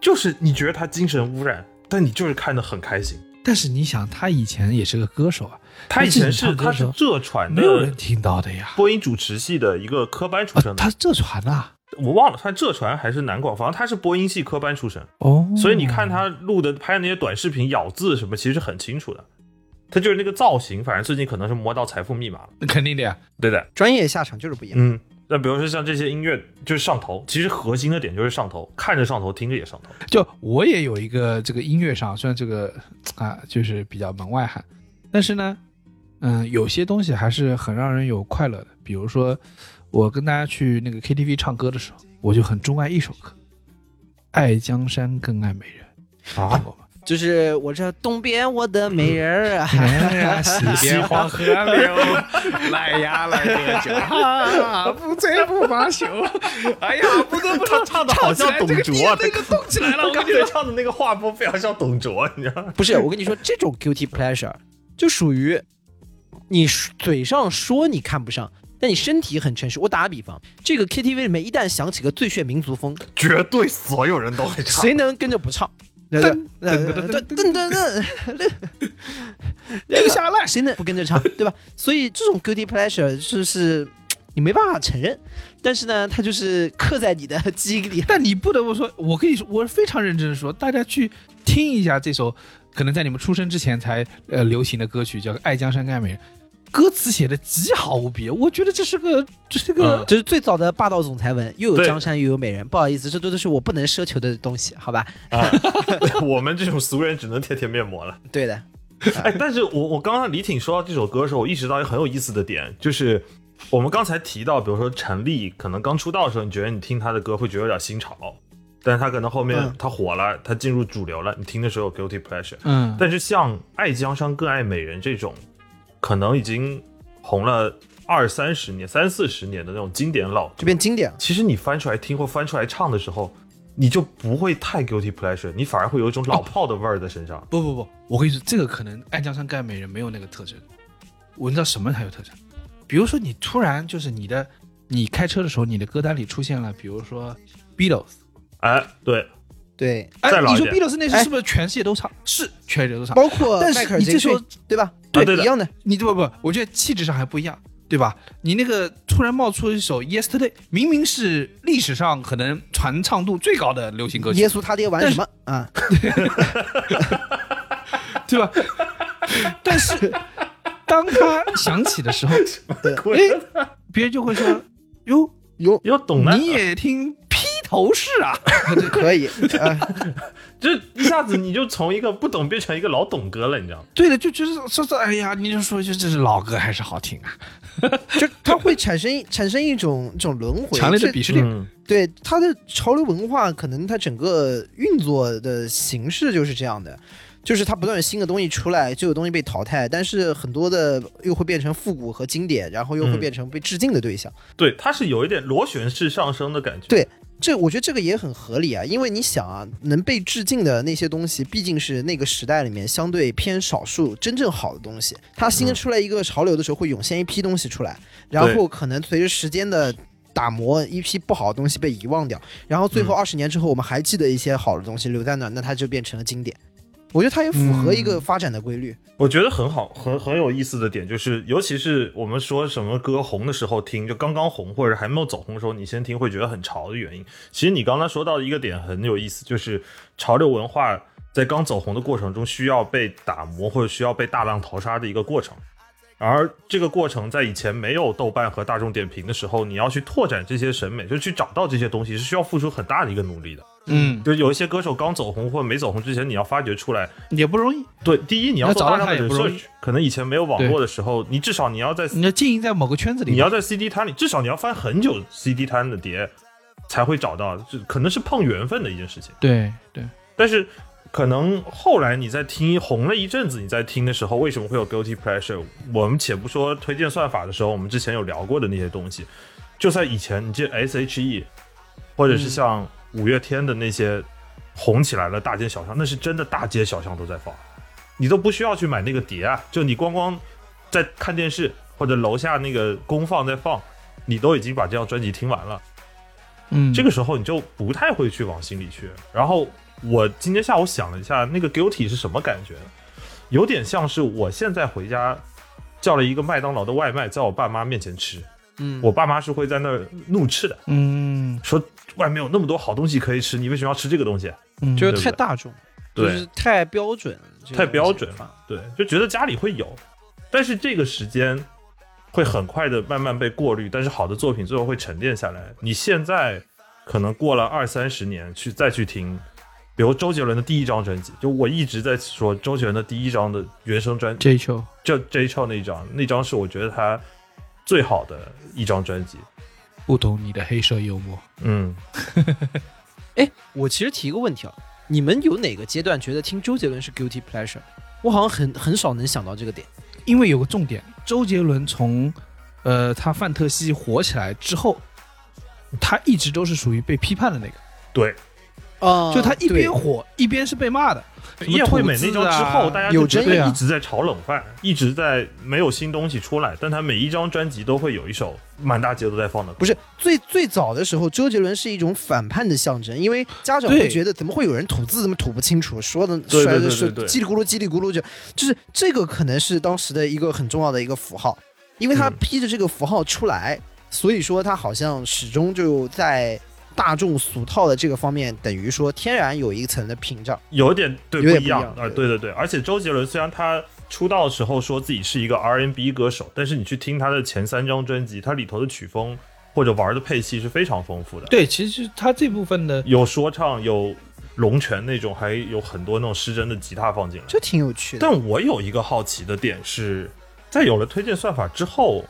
就是你觉得他精神污染，但你就是看得很开心。但是你想，他以前也是个歌手啊，他以前是他自己唱歌的他时是候浙传没有人的听到的呀。播音主持系的一个科班出啊身，的，他这传的啊，我忘了他浙传还是南广，反正他是播音系科班出身，哦，所以你看他录的拍的那些短视频咬字什么，其实很清楚的。他就是那个造型，反正最近可能是摸到财富密码了，那肯定的呀。对的。专业下场就是不一样。嗯，那比如说像这些音乐，就是上头，其实核心的点就是上头，看着上头，听着也上头。就我也有一个这个音乐上，虽然这个啊就是比较门外汉，但是呢，嗯，有些东西还是很让人有快乐的。比如说，我跟大家去那个 KTV 唱歌的时候，我就很钟爱一首歌，《爱江山更爱美人》，啊看 过吗？就是我这东边我的美人儿啊，哎呀，西边黄河流， 来呀来喝酒啊，不醉不罢休。哎呀，不得不说， 唱的好像这董个卓啊，这个动起 来了，我我跟感你说觉唱的那个画风非常像董卓，你知道吗？ 不是我跟你说，这种 guilty pleasure 就属于你嘴上说你看不上，但你身体很诚实。我打个比方，这个 KTV 里面一旦响起个最炫民族风，绝对所有人都会 唱。谁能跟着不唱？呃对对对对对对， 留下来，谁能不跟着唱，对吧？所以这种 guilty pleasure 就是你没办法承认，但是呢，它就是刻在你的 记忆里。但你不得不说，我跟你说，我非常认真的说，大家去听一下这首可能在你们出生之前才呃流行的歌曲，叫《爱江山更爱美人》，歌词写的极好无比，我觉得这是个这是个、这是最早的霸道总裁文，又有嗯对江山又有美人。不好意思，这都都是我不能奢求的东西，好吧？我们这种俗人只能贴贴面膜了。对的， 哎，但是我我刚刚李挺说到这首歌的时候，我意识到一个很有意思的点，就是我们刚才提到，比如说陈粒，可能刚出道的时候，你觉得你听她的歌会觉得有点新潮，但是她可能后面嗯她火了，她进入主流了，你听的时候有 guilty pleasure。嗯，但是像《爱江山更爱美人》这种，可能已经红了二三十年、三四十年的那种经典老歌，就变经典了。其实你翻出来听或翻出来唱的时候，你就不会太 guilty pleasure，你反而会有一种哦老炮的味儿在身上。不不不，我跟你说，这个可能爱江山更爱美人没有那个特征。我知道什么才有特征，比如说你突然就是你的，你开车的时候，你的歌单里出现了，比如说 Beatles，哎，对，对，哎再，老你一说点 Beatles 那哎是是不是全世界都唱？是全世界都唱，包括但是迈克尔你杰这克时候逊，对吧？对啊对的一样的。你不不，我觉得气质上还不一样，对吧？你那个突然冒出一首 Yesterday，明明是历史上可能传唱度最高的流行歌曲，耶稣他爹玩什么啊？对吧？ 但是当他响起的时候，哎，别人就会说：“哟，哟，要懂呢，你也听披头士啊 可以啊，这一下子你就从一个不懂变成一个老懂哥了，你知道吗？？”对的，就就是说说，哎呀，你就说就这是老歌还是好听啊，就它会产生一产生一种这种轮回，强烈的这鄙视链。对它的潮流文化，可能它整个运作的形式就是这样的，就是它不断有新的东西出来，旧的东西被淘汰，但是很多的又会变成复古和经典，然后又会嗯变成被致敬的对象。对，它是有一点螺旋式上升的感觉。对这我觉得这个也很合理啊，因为你想啊，能被致敬的那些东西，毕竟是那个时代里面相对偏少数真正好的东西。它嗯新出来一个潮流的时候，会涌现一批东西出来，然后可能随着时间的打磨，一批不好的东西被遗忘掉，然后最嗯后二十年之后，我们还记得一些好的东西留在那儿，那它就变成了经典。我觉得它也符合一嗯个发展的规律。我觉得很好，很很有意思的点就是，尤其是我们说什么歌红的时候听，就刚刚红或者还没有走红的时候，你先听会觉得很潮的原因。其实你刚才说到的一个点很有意思，就是潮流文化在刚走红的过程中需要被打磨或者需要被大浪淘沙的一个过程。而这个过程在以前没有豆瓣和大众点评的时候，你要去拓展这些审美，就去找到这些东西，是需要付出很大的一个努力的。嗯，就有一些歌手刚走红或者没走红之前，你要发掘出来，嗯也不容易，对，第一你要要做找大到量它的也不容易 research，可能以前没有网络的时候，你至少你要在你要经营在某个圈子里。你要在 CD 摊里，至少你要翻很久 CD 摊的碟才会找到，这可能是碰缘分的一件事情。对对，但是可能后来你在听红了一阵子，你在听的时候，为什么会有 guilty pleasure？我们且不说推荐算法的时候，我们之前有聊过的那些东西，就在以前，你记得 S.H.E，或者是像五月天的那些红起来了，大街小巷，那是真的大街小巷都在放，你都不需要去买那个碟啊，就你光光在看电视或者楼下那个公放在放。你都已经把这张专辑听完了，嗯，这个时候你就不太会去往心里去。然后我今天下午想了一下，那个 guilty 是什么感觉？有点像是我现在回家叫了一个麦当劳的外卖，在我爸妈面前吃。嗯，我爸妈是会在那儿怒斥的，嗯，说外面有那么多好东西可以吃，你为什么要吃这个东西？嗯就是对太大众，就对是太标准，这个太标准东西了，对，就觉得家里会有，但是这个时间会很快的慢慢被过滤，但是好的作品最后会沉淀下来。你现在可能过了二三十年去再去听，比如周杰伦的第一张专辑，就我一直在说周杰伦的第一张的原声专追求，叫 J c h o 那一张，那张是我觉得他最好的一张专辑。不懂你的黑色幽默。嗯，哎，我其实提一个问题啊，你们有哪个阶段觉得听周杰伦是 guilty pleasure？我好像很很少能想到这个点。因为有个重点，周杰伦从呃他范特西火起来之后，他一直都是属于被批判的那个，对，啊就他一边对火一边是被骂的。什么叶惠美那张之后，吐字啊大家有就觉争议得啊一直在炒冷饭，一直在没有新东西出来，但他每一张专辑都会有一首满大街都在放的歌。不是最最早的时候，周杰伦是一种反叛的象征，因为家长对会觉得怎么会有人吐字怎么吐不清楚，说的对摔对的对是对对叽里咕噜叽里咕噜就就是这个可能是当时的一个很重要的一个符号，因为他嗯披着这个符号出来，所以说它好像始终就在大众俗套的这个方面，等于说天然有一层的屏障。有点对有点一不一样样啊、对对对，而且周杰伦虽然他出道的时候说自己是一个 R&B 歌手，但是你去听他的前三张专辑，他里头的曲风或者玩的配器是非常丰富的，对，其实他这部分的有说唱，有龙泉那种，还有很多那种失真的吉他放进来。这挺有趣的，但我有一个好奇的点是，在有了推荐算法之后，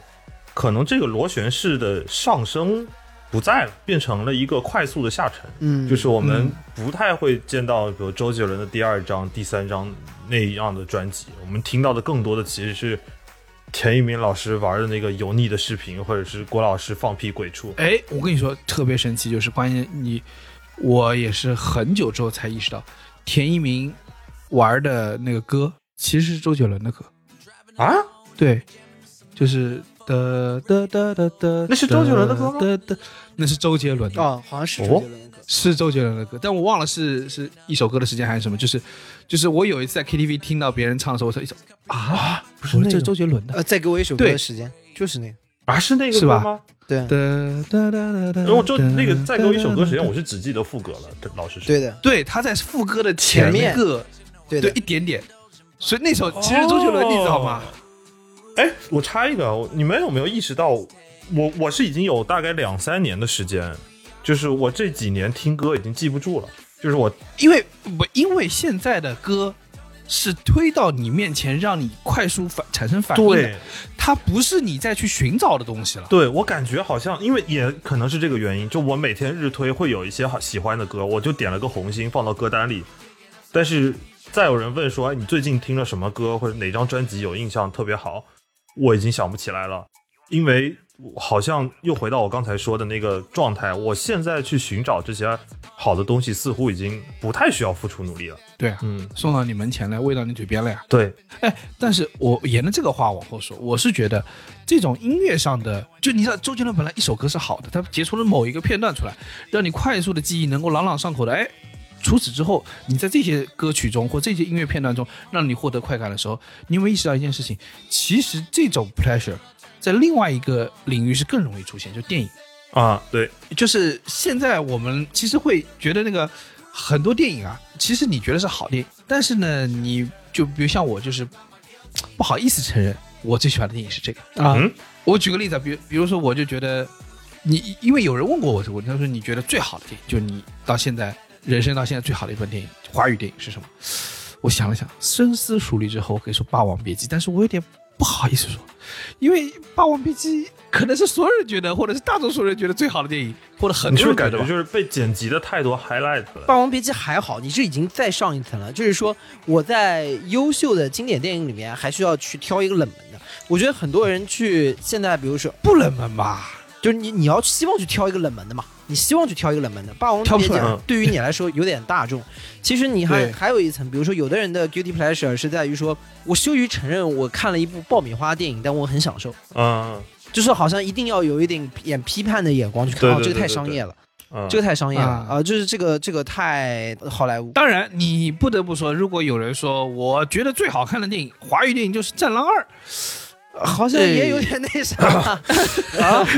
可能这个螺旋式的上升不在了，变成了一个快速的下沉。嗯就是我们不太会见到，比如周杰伦的第二张、第三张那样的专辑，我们听到的更多的其实是田一鸣老师玩的那个油腻的视频，或者是郭老师放屁鬼畜。哎，我跟你说，特别神奇，就是关键你，我也是很久之后才意识到，田一鸣玩的那个歌其实是周杰伦的歌啊？对，就是的的的的的，那是周杰伦的歌吗的的，那是周杰伦的，哦，好像是周杰伦的歌。是周杰伦的歌，但我忘了是是一首歌的时间还是什么，就是就是我有一次在 KTV 听到别人唱的时候，我说一首啊，不是这是周杰伦的，呃，再给我一首歌对的时间，就是那个，啊，是那个是歌吧嗯吗？对啊，的的的的，然后就那个再给我一嗯首歌时间，我是只记得副歌了。对老实说，对的，对，他在副歌的前前面个对对的，一点点，所以那首其实周杰哦伦你知道吗？哎，我插一个，我你们有没有意识到，我我是已经有大概两三年的时间，就是我这几年听歌已经记不住了，就是我因为不因为现在的歌是推到你面前，让你快速反产生反应的，它不是你再去寻找的东西了。对我感觉好像，因为也可能是这个原因，就我每天日推会有一些好喜欢的歌，我就点了个红心放到歌单里，但是再有人问说，哎，你最近听了什么歌或者哪张专辑有印象特别好，我已经想不起来了，因为我好像又回到我刚才说的那个状态，我现在去寻找这些好的东西，似乎已经不太需要付出努力了。对啊，嗯，送到你门前来，喂到你嘴边了呀。对，哎，但是我沿着这个话往后说，我是觉得这种音乐上的，就你知道，周杰伦本来一首歌是好的，他截出了某一个片段出来，让你快速的记忆能够朗朗上口的。哎，除此之后，你在这些歌曲中或这些音乐片段中，让你获得快感的时候，你有没有意识到一件事情？其实这种 pleasure 在另外一个领域是更容易出现，就电影。啊，对，就是现在我们其实会觉得那个很多电影啊，其实你觉得是好电影，但是呢，你就比如像我，就是嘖不好意思承认我最喜欢的电影是这个啊嗯我举个例子啊，比如比如说，我就觉得你，因为有人问过我这个问题，他说你觉得最好的电影，就你到现在人生到现在最好的一本电影，华语电影是什么？我想了想，深思熟虑之后，我可以说《霸王别姬》，但是我有点不好意思说，因为《霸王别姬》可能是所有人觉得，或者是大多数人觉得最好的电影，或者很你是多不是人感觉觉得吧。就是被剪辑的太多 highlight 了？霸王别姬》还好，你这已经再上一层了。就是说，我在优秀的经典电影里面，还需要去挑一个冷门的。我觉得很多人去现在，比如说，不冷门吧？就是你你要希望去挑一个冷门的嘛，你希望去挑一个冷门的。霸王别挑不姬出来嗯对于你来说有点大众，其实你还对还有一层，比如说有的人的 guilty pleasure 是在于说，我羞于承认我看了一部爆米花电影，但我很享受，嗯就是好像一定要有一点眼批判的眼光去看，对哦对，这个对太对商对业了，嗯，这个太商业了啊啊、就是这个这个太好莱坞。当然，你不得不说，如果有人说我觉得最好看的电影，华语电影就是《战狼二》，好像也有点那 啥，啊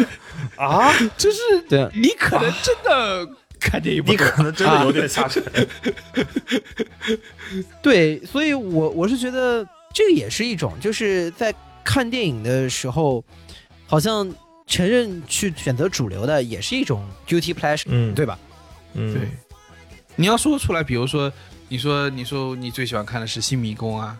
啊，就是对你可能真的看电影不你懂。可能真的有点下沉。对，所以我我是觉得这个也是一种，就是在看电影的时候，好像承认去选择主流的也是一种 guilty pleasure，嗯，对吧？嗯，对，你要说出来，比如说，你说你说你最喜欢看的是《新迷宫》啊，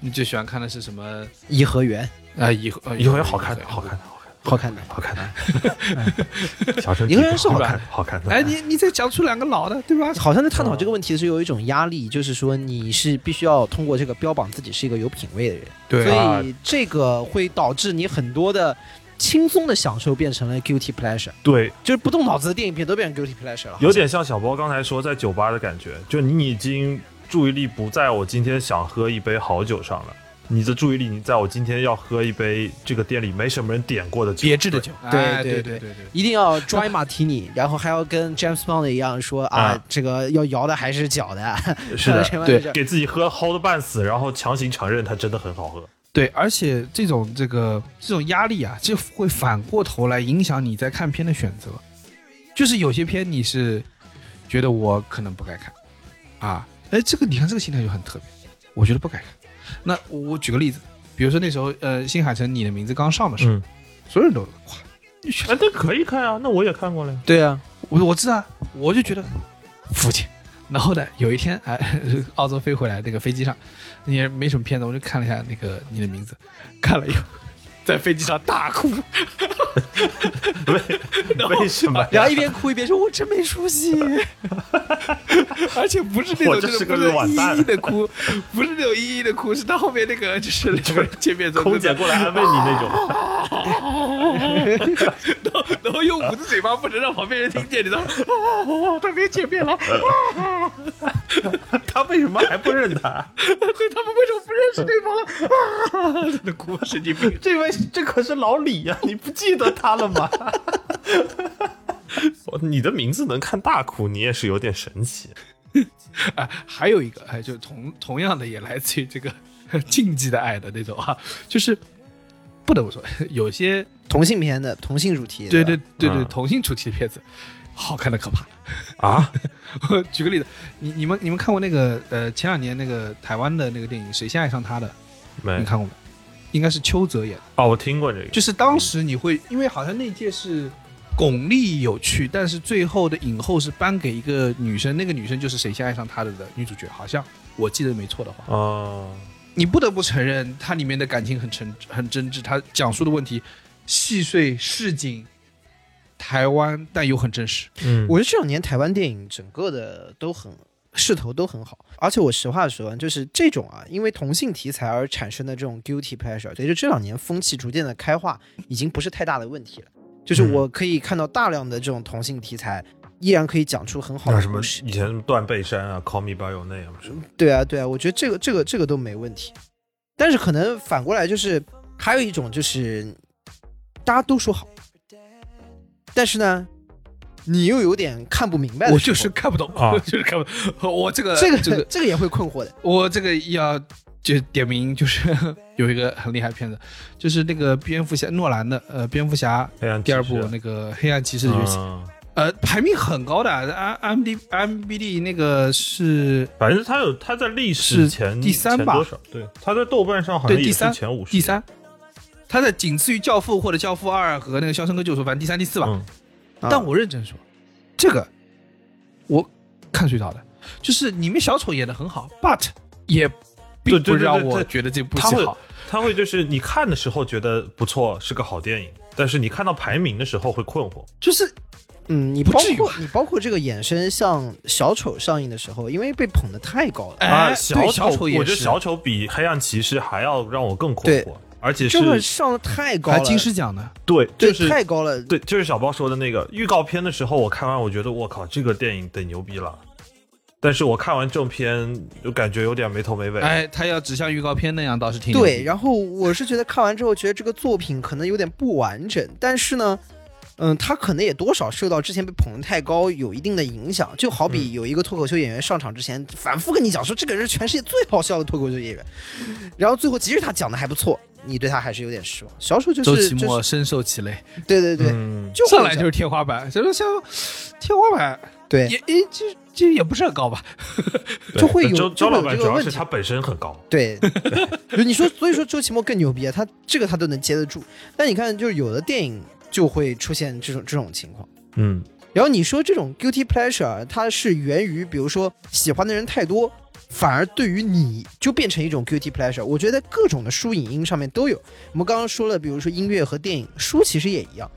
你最喜欢看的是什么？颐和园啊，以后呃一会儿好看的，好看的，好看的，好看的， 小声一个人是好好看看的，好看的。哎，你你再讲出两个老的，对吧？好像在探讨这个哦问题的时候有一种压力，就是说你是必须要通过这个标榜自己是一个有品位的人，对所以这个会导致你很多的轻松的享受变成了 guilty pleasure，对，就是不动脑子的电影片都变成 guilty pleasure 了，有点像小包刚才说在酒吧的感觉，就你已经注意力不在我今天想喝一杯好酒上了，你的注意力你在我今天要喝一杯这个店里没什么人点过的酒，别致的酒，对哎对对对对对。一定要 dry martini，然后还要跟 James Bond 一样说啊，啊这个要摇的还是搅的，呃是的， 什么对这给自己喝齁的半死，然后强行承认它真的很好喝。对，而且这种这个这种压力啊，就会反过头来影响你在看片的选择。就是有些片你是觉得我可能不该看啊，哎，这个你看这个心态就很特别，我觉得不该看。那我我举个例子，比如说那时候呃，新海诚《你的名字》刚上的时候，嗯所有人都夸，你选哎，那可以看啊，那我也看过了呀。对啊，我我知道啊，我就觉得父亲。然后呢，有一天哎，澳洲飞回来那个飞机上，也没什么片子，我就看了一下那个你的名字，看了以后，在飞机上大哭， 为为什么 呀？然后一边哭一边说：“我真没出息。而且不是那种我这就是是个不是软蛋一一的哭，不是那种一一的哭，是他后面那个就是两个人见面之后，空姐过来安慰你那种，然后然后又捂着嘴巴，不能让旁边人听见，你知道吗？哦，他别见面了，他为什么还不认 他？对他们为什么不认识对方了？啊，真的哭，神经病。这位这可是老李呀、你不记得他了 吗？哦你的名字能看大哭，你也是有点神奇。啊，还有一个，哎，就同同样的也来自于这个 禁忌的爱的那种啊，就是不得不说，有些同性片的同性主题的，对对对对嗯同性主题的片子，好看的可怕。啊， 我举个例子，你你们你们看过那个呃前两年那个台湾的那个电影《谁先爱上他》的，没你看过吗？应该是邱泽演的，哦，我听过这个，就是当时你会因为好像那届是巩俐有去，但是最后的影后是颁给一个女生，那个女生就是《谁先爱上他》的的女主角，好像我记得没错的话。哦，你不得不承认，它里面的感情很真很真挚，它讲述的问题细碎市井，台湾，但又很真实。嗯，我觉得这两年台湾电影整个的都很势头都很好，而且我实话实说，就是这种啊，因为同性题材而产生的这种 guilty pleasure，随着这两年风气逐渐的开化，已经不是太大的问题了。就是我可以看到大量的这种同性题材，依然可以讲出很好那的什么故事。以前什么断背山啊，Call Me by Your Name 什么，对啊，对啊，我觉得这个这个这个都没问题。但是可能反过来就是还有一种就是大家都说好，但是呢，你又有点看不明白的时候。我就是看不懂，啊我 就是看不懂。我这个哎 这个这个这个也会困惑的。我这个要就点名，就是有一个很厉害的片子，就是那个蝙蝠侠诺兰的呃蝙蝠侠黑暗第骑士二部那个黑暗骑士的崛起，嗯呃排名很高的，M M D M B D 那个是反正他有他在历史是前第三前吧多少？对，他在豆瓣上好对像也第是三前五十，第三，他在仅次于《教父》或者《教父二》和那个《肖申克救赎》，反正第三、第四吧。嗯啊但我认真说，这个我看睡着的，就是里面小丑演的很好，but 也并对对不对对让对我对觉得这部他戏会好。他会就是你看的时候觉得不错，是个好电影，但是你看到排名的时候会困惑。就是嗯，你不包至于括吧你包括这个衍生，像小丑上映的时候，因为被捧得太高了，哎啊，对小小丑也我觉得是小丑比黑暗骑士还要让我更困对惑，而且这个是上的太高还了，金狮奖呢，对，对就是太高了。对，就是小包说的那个预告片的时候，我看完我觉得我靠，这个电影得牛逼了。但是我看完正片，就感觉有点没头没尾。哎，他要指向预告片那样倒是挺牛对，逼然后我是觉得看完之后，觉得这个作品可能有点不完整，但是呢，嗯，他可能也多少受到之前被捧得太高有一定的影响。就好比有一个脱口秀演员上场之前，反复跟你讲说这个人是全世界最好笑的脱口秀演员，然后最后即使他讲的还不错，你对他还是有点失望。小丑就周是奇就墨是深受其累，对对对，嗯，就会上来这就样是天花板，就是像天花板对也也这这也不是很高吧？对就会有周就周会有老板这主个要问是题他本身很高，对， 就你说，所以说周奇墨更牛逼啊，他这个他都能接得住。但你看，就是有的电影就会出现这种这种情况。嗯，然后你说这种 guilty pleasure，啊它是源于比如说喜欢的人太多，反而对于你就变成一种 guilty pleasure。我觉得在各种的书影音上面都有。我们刚刚说了，比如说音乐和电影，书其实也一样。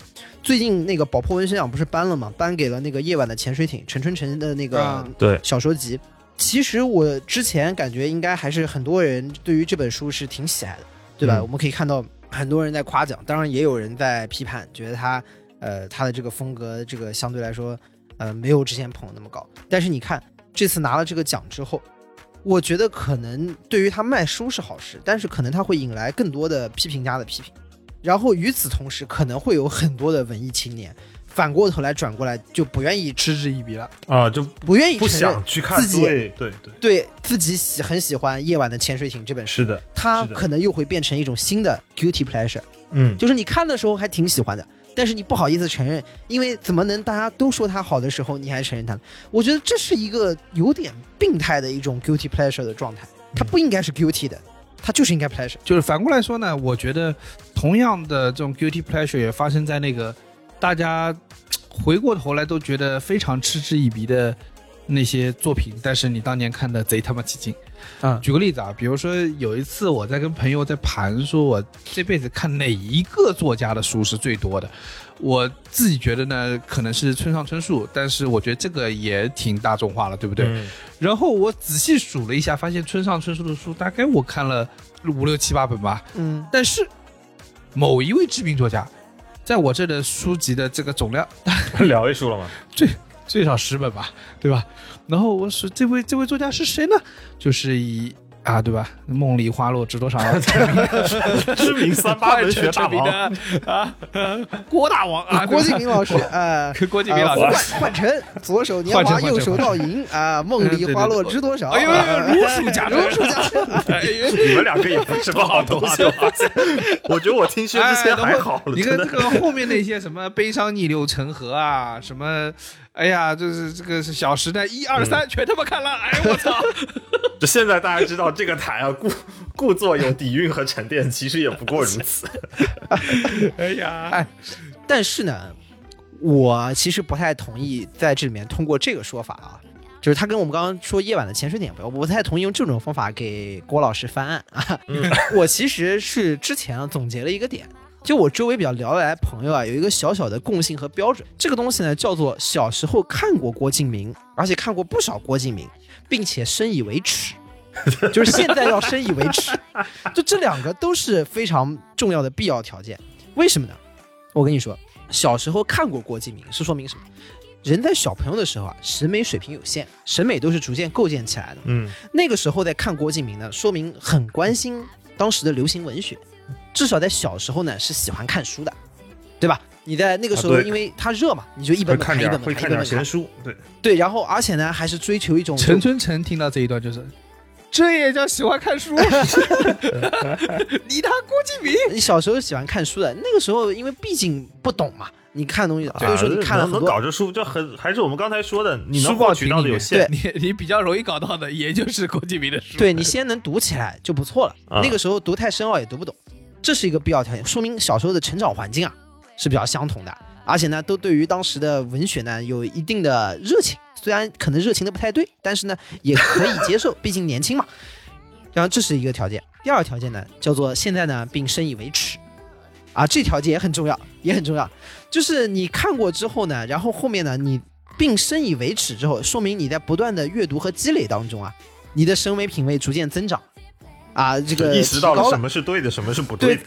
最近那个宝珀文学奖不是颁了嘛，颁给了那个《夜晚的潜水艇》陈春成的那个啊对小说集。其实我之前感觉应该还是很多人对于这本书是挺喜爱的，对吧？嗯我们可以看到很多人在夸奖，当然也有人在批判，觉得他呃他的这个风格这个相对来说呃没有之前捧的那么高。但是你看这次拿了这个奖之后，我觉得可能对于他卖书是好事，但是可能他会引来更多的批评家的批评，然后与此同时，可能会有很多的文艺青年反过头来转过来就不愿意嗤之以鼻了。啊，就不愿意不承认想去看自。己对对对，对自己喜很喜欢《夜晚的潜水艇》这本书，是的，它是的可能又会变成一种新的 guilty pleasure，嗯，就是你看的时候还挺喜欢的，但是你不好意思承认，因为怎么能大家都说它好的时候你还承认它呢？我觉得这是一个有点病态的一种 guilty pleasure 的状嗯态，它不应该是 guilty 的，它就是应该 pleasure。就是反过来说呢，我觉得同样的这种 guilty pleasure 也发生在那个大家回过头来都觉得非常嗤之以鼻的那些作品，但是你当年看的贼他妈起劲。嗯举个例子啊，比如说有一次我在跟朋友在盘，说我这辈子看哪一个作家的书是最多的。我自己觉得呢，可能是村上春树，但是我觉得这个也挺大众化了，对不对？嗯然后我仔细数了一下，发现村上春树的书大概我看了五六七八本吧。嗯，但是某一位知名作家，在我这的书籍的这个总量 两位数了吗？最少十本吧，对吧？然后我说这位这位作家是谁呢？就是以啊，对吧？梦里花落知多少？ 知名三八文学大王，啊啊，郭大王啊，郭敬明老师，呃。跟郭敬明老呃换师。换成左手年华，换成右手倒影啊！ 梦里花落知多少？哎呦，啊如数家珍，如数家珍。哎呦你们两个也不是什么好东西。我发现， 我觉得我听薛之谦还好了，哎你看真这的。个后面那些什么悲伤逆流成河啊，什么，哎呀，就是这个是小时代一二嗯三全他妈看烂，哎我 操！就现在大家知道这个台啊，故故作有底蕴和沉淀，其实也不过如此。哎呀，但是呢，我其实不太同意在这里面通过这个说法啊，就是他跟我们刚刚说夜晚的潜水艇不一样，我不太同意用这种方法给郭老师翻案啊。 我其实是之前啊总结了一个点。就我周围比较聊得来的朋友啊，有一个小小的共性和标准，这个东西呢叫做小时候看过郭敬明，而且看过不少郭敬明，并且深以为耻， 就是现在要深以为耻，就这两个都是非常重要的必要条件。为什么呢？我跟你说，小时候看过郭敬明是说明什么？人在小朋友的时候啊，审美水平有限，审美都是逐渐构建起来的。嗯，那个时候在看郭敬明呢，说明很关心当时的流行文学，至少在小时候呢是喜欢看书的，对吧？你在那个时啊候，对因为它热嘛，你就一会本本看看一点本会本看看一本点本闲看，书，对，对，然后而且呢还是追求一种陈春成听到这一段就是，这也叫喜欢看书？哎你他郭敬明，你小时候喜欢看书的，那个时候因为毕竟不懂嘛，你看东西，所以说你看了很能啊能多搞这书，就很还是我们刚才说的，你能书报获取到的群里有面限。你你比较容易搞到的，也就是郭敬明的书。对你先能读起来就不错了。啊那个时候读太深奥也读不懂，这是一个必要条件，说明小时候的成长环境啊是比较相同的，而且呢都对于当时的文学呢有一定的热情，虽然可能热情的不太对，但是呢也可以接受， 毕竟年轻嘛。然后这是一个条件，第二个条件呢叫做现在呢并深以为耻。啊，这条件也很重要，也很重要。就是你看过之后呢，然后后面呢，你并深以为耻之后，说明你在不断的阅读和积累当中啊，你的审美品味逐渐增长，啊，这就个意识到提了高什么是对的，什么是不对的。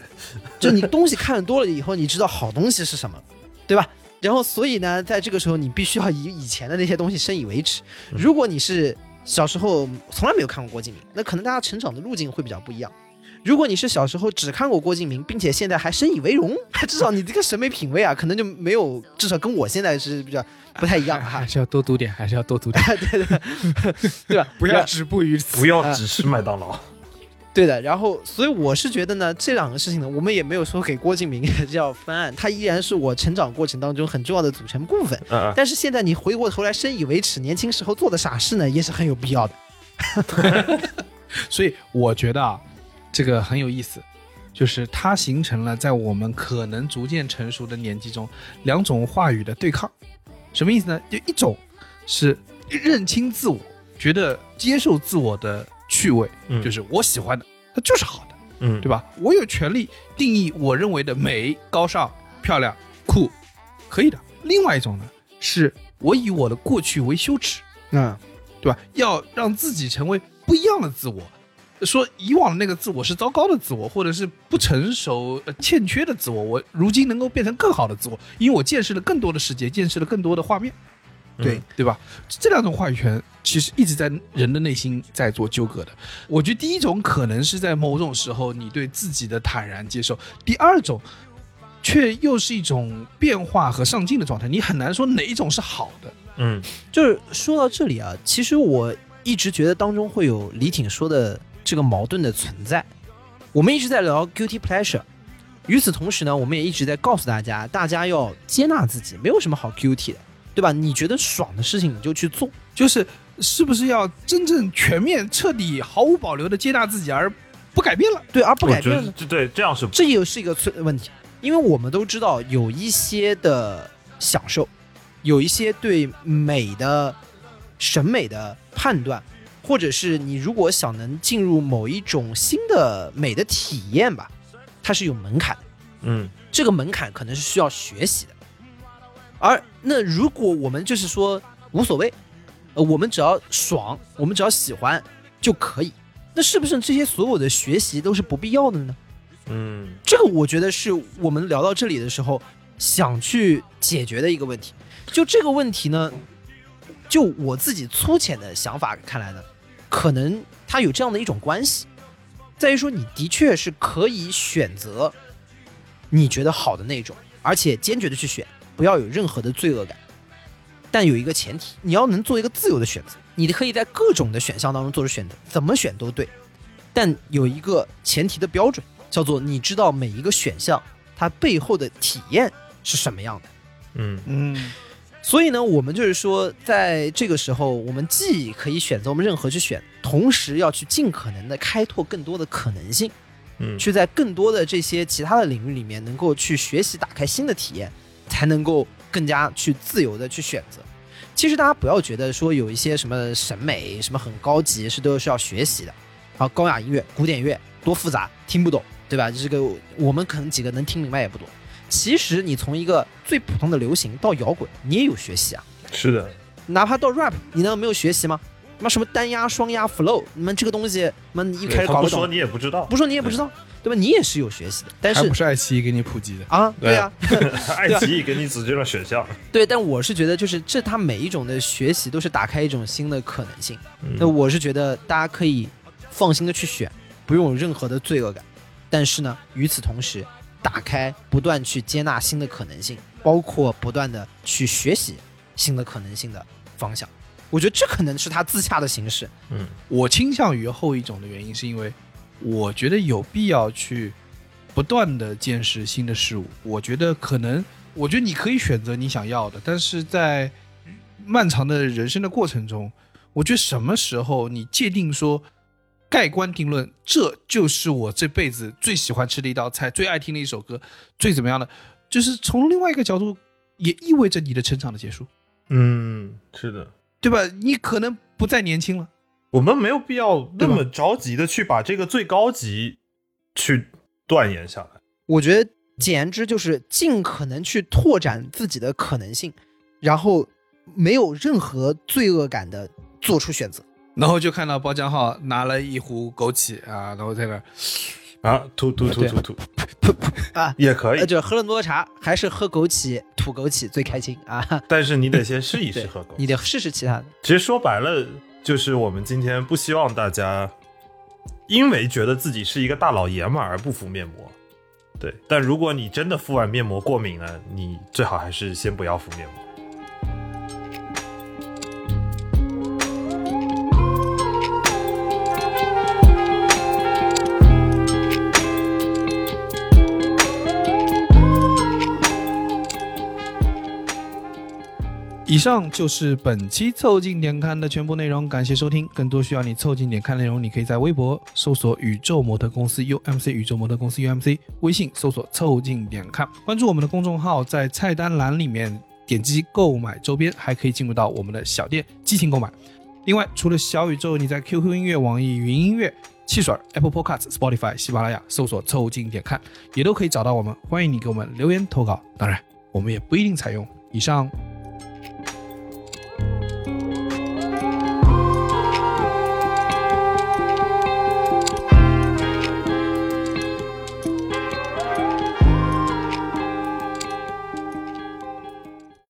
就你东西看得多了以后，你知道好东西是什么，对吧？然后所以呢，在这个时候，你必须要以以前的那些东西深以为耻。如果你是小时候从来没有看过郭敬明，那可能大家成长的路径会比较不一样。如果你是小时候只看过郭敬明，并且现在还深以为荣， 至少你这个审美品味啊，可能就没有，至少跟我现在是比较不太一样哈、 还是要多读点，还是要多读点，对的，对吧？不要止步于此。不要只吃麦当劳，对的，然后所以我是觉得呢，这两个事情呢，我们也没有说给郭敬明 叫翻案，它依然是我成长过程当中很重要的组成部分。嗯，但是现在你回过头来深以为耻，年轻时候做的傻事呢，也是很有必要的。所以我觉得啊，这个很有意思，就是它形成了在我们可能逐渐成熟的年纪中两种话语的对抗。什么意思呢？就一种是认清自我，觉得接受自我的趣味，嗯就是我喜欢的，它就是好的，嗯，对吧？我有权利定义我认为的美、高尚、漂亮、酷，可以的。另外一种呢，是我以我的过去为羞耻，嗯，对吧？要让自己成为不一样的自我，说以往的那个自我是糟糕的自我，或者是不成熟、呃欠缺的自我，我如今能够变成更好的自我，因为我见识了更多的世界，见识了更多的画面，对、嗯对吧？这两种话语权其实一直在人的内心在做纠葛的。我觉得第一种可能是在某种时候你对自己的坦然接受，第二种却又是一种变化和上进的状态，你很难说哪一种是好的。嗯，就是说到这里啊，其实我一直觉得当中会有李挺说的这个矛盾的存在。我们一直在聊 guilty pleasure，与此同时呢，我们也一直在告诉大家，大家要接纳自己，没有什么好 guilty 的，对吧？你觉得爽的事情你就去做，就是是不是要真正全面、彻底、毫无保留的接纳自己而不改变了？对，而不我改觉变得呢，这对这样是这又是一个存问题，因为我们都知道有一些的享受，有一些对美的审美的判断，或者是你如果想能进入某一种新的美的体验吧，它是有门槛的，嗯这个门槛可能是需要学习的。而那如果我们就是说无所谓，呃，我们只要爽，我们只要喜欢就可以，那是不是这些所有的学习都是不必要的呢？嗯这个我觉得是我们聊到这里的时候想去解决的一个问题。就这个问题呢，就我自己粗浅的想法看来呢，可能它有这样的一种关系，在于说你的确是可以选择你觉得好的那种，而且坚决的去选，不要有任何的罪恶感。但有一个前提，你要能做一个自由的选择，你可以在各种的选项当中做出选择，怎么选都对。但有一个前提的标准，叫做你知道每一个选项它背后的体验是什么样的。嗯嗯，所以呢，我们就是说，在这个时候，我们既可以选择我们任何去选，同时要去尽可能的开拓更多的可能性，嗯，去在更多的这些其他的领域里面能够去学习，打开新的体验，才能够更加去自由的去选择。其实大家不要觉得说有一些什么审美什么很高级是都是要学习的，啊，高雅音乐、古典乐多复杂，听不懂，对吧？这个我们可能几个能听明白也不多。其实你从一个最普通的流行到摇滚，你也有学习啊。是的，哪怕到 rap，你难道没有学习吗？那什么单压、双压、flow，你们这个东西，那你一开始他搞不懂说，你也不知道 不，说你也不知道，对吧？你也是有学习的，但还是不是爱奇艺给你普及的。啊，对啊，爱奇艺给你指定了选项。对，但我是觉得就是这，它每一种的学习都是打开一种新的可能性。嗯那我是觉得大家可以放心的去选，不用有任何的罪恶感。但是呢，与此同时，打开不断去接纳新的可能性，包括不断的去学习新的可能性的方向。我觉得这可能是它自洽的形式。嗯我倾向于后一种的原因，是因为我觉得有必要去不断的见识新的事物。我觉得可能，我觉得你可以选择你想要的，但是在漫长的人生的过程中，我觉得什么时候你界定说盖棺定论，这就是我这辈子最喜欢吃的一道菜，最爱听的一首歌，最怎么样的，就是从另外一个角度，也意味着你的成长的结束，嗯，是的，对吧？你可能不再年轻了。我们没有必要那对吧么着急的去把这个最高级去断言下来。我觉得简言之就是尽可能去拓展自己的可能性，然后没有任何罪恶感的做出选择。然后就看到包江浩拿了一壶枸杞啊，然后在那儿啊，吐吐吐吐吐啊也可以呃，，就是喝了那么多茶，还是喝枸杞土枸杞最开心啊！但是你得先试一对试喝狗。你得试试其他的，其实说白了，就是我们今天不希望大家因为觉得自己是一个大老爷们儿而不敷面膜。对，但如果你真的敷完面膜过敏了，你最好还是先不要敷面膜。以上就是本期《凑近点看》的全部内容，感谢收听。更多需要你凑近点看内容，你可以在微博搜索“宇宙模特公司 UMC”，宇宙模特公司 UMC，微信搜索“凑近点看”，关注我们的公众号，在菜单栏里面点击购买周边，还可以进入到我们的小店激情购买。另外，除了小宇宙，你在 QQ 音乐、网易云音乐、汽水、Apple Podcasts、Spotify、喜马拉雅搜索“凑近点看”，也都可以找到我们。欢迎你给我们留言投稿，当然，我们也不一定采用。以上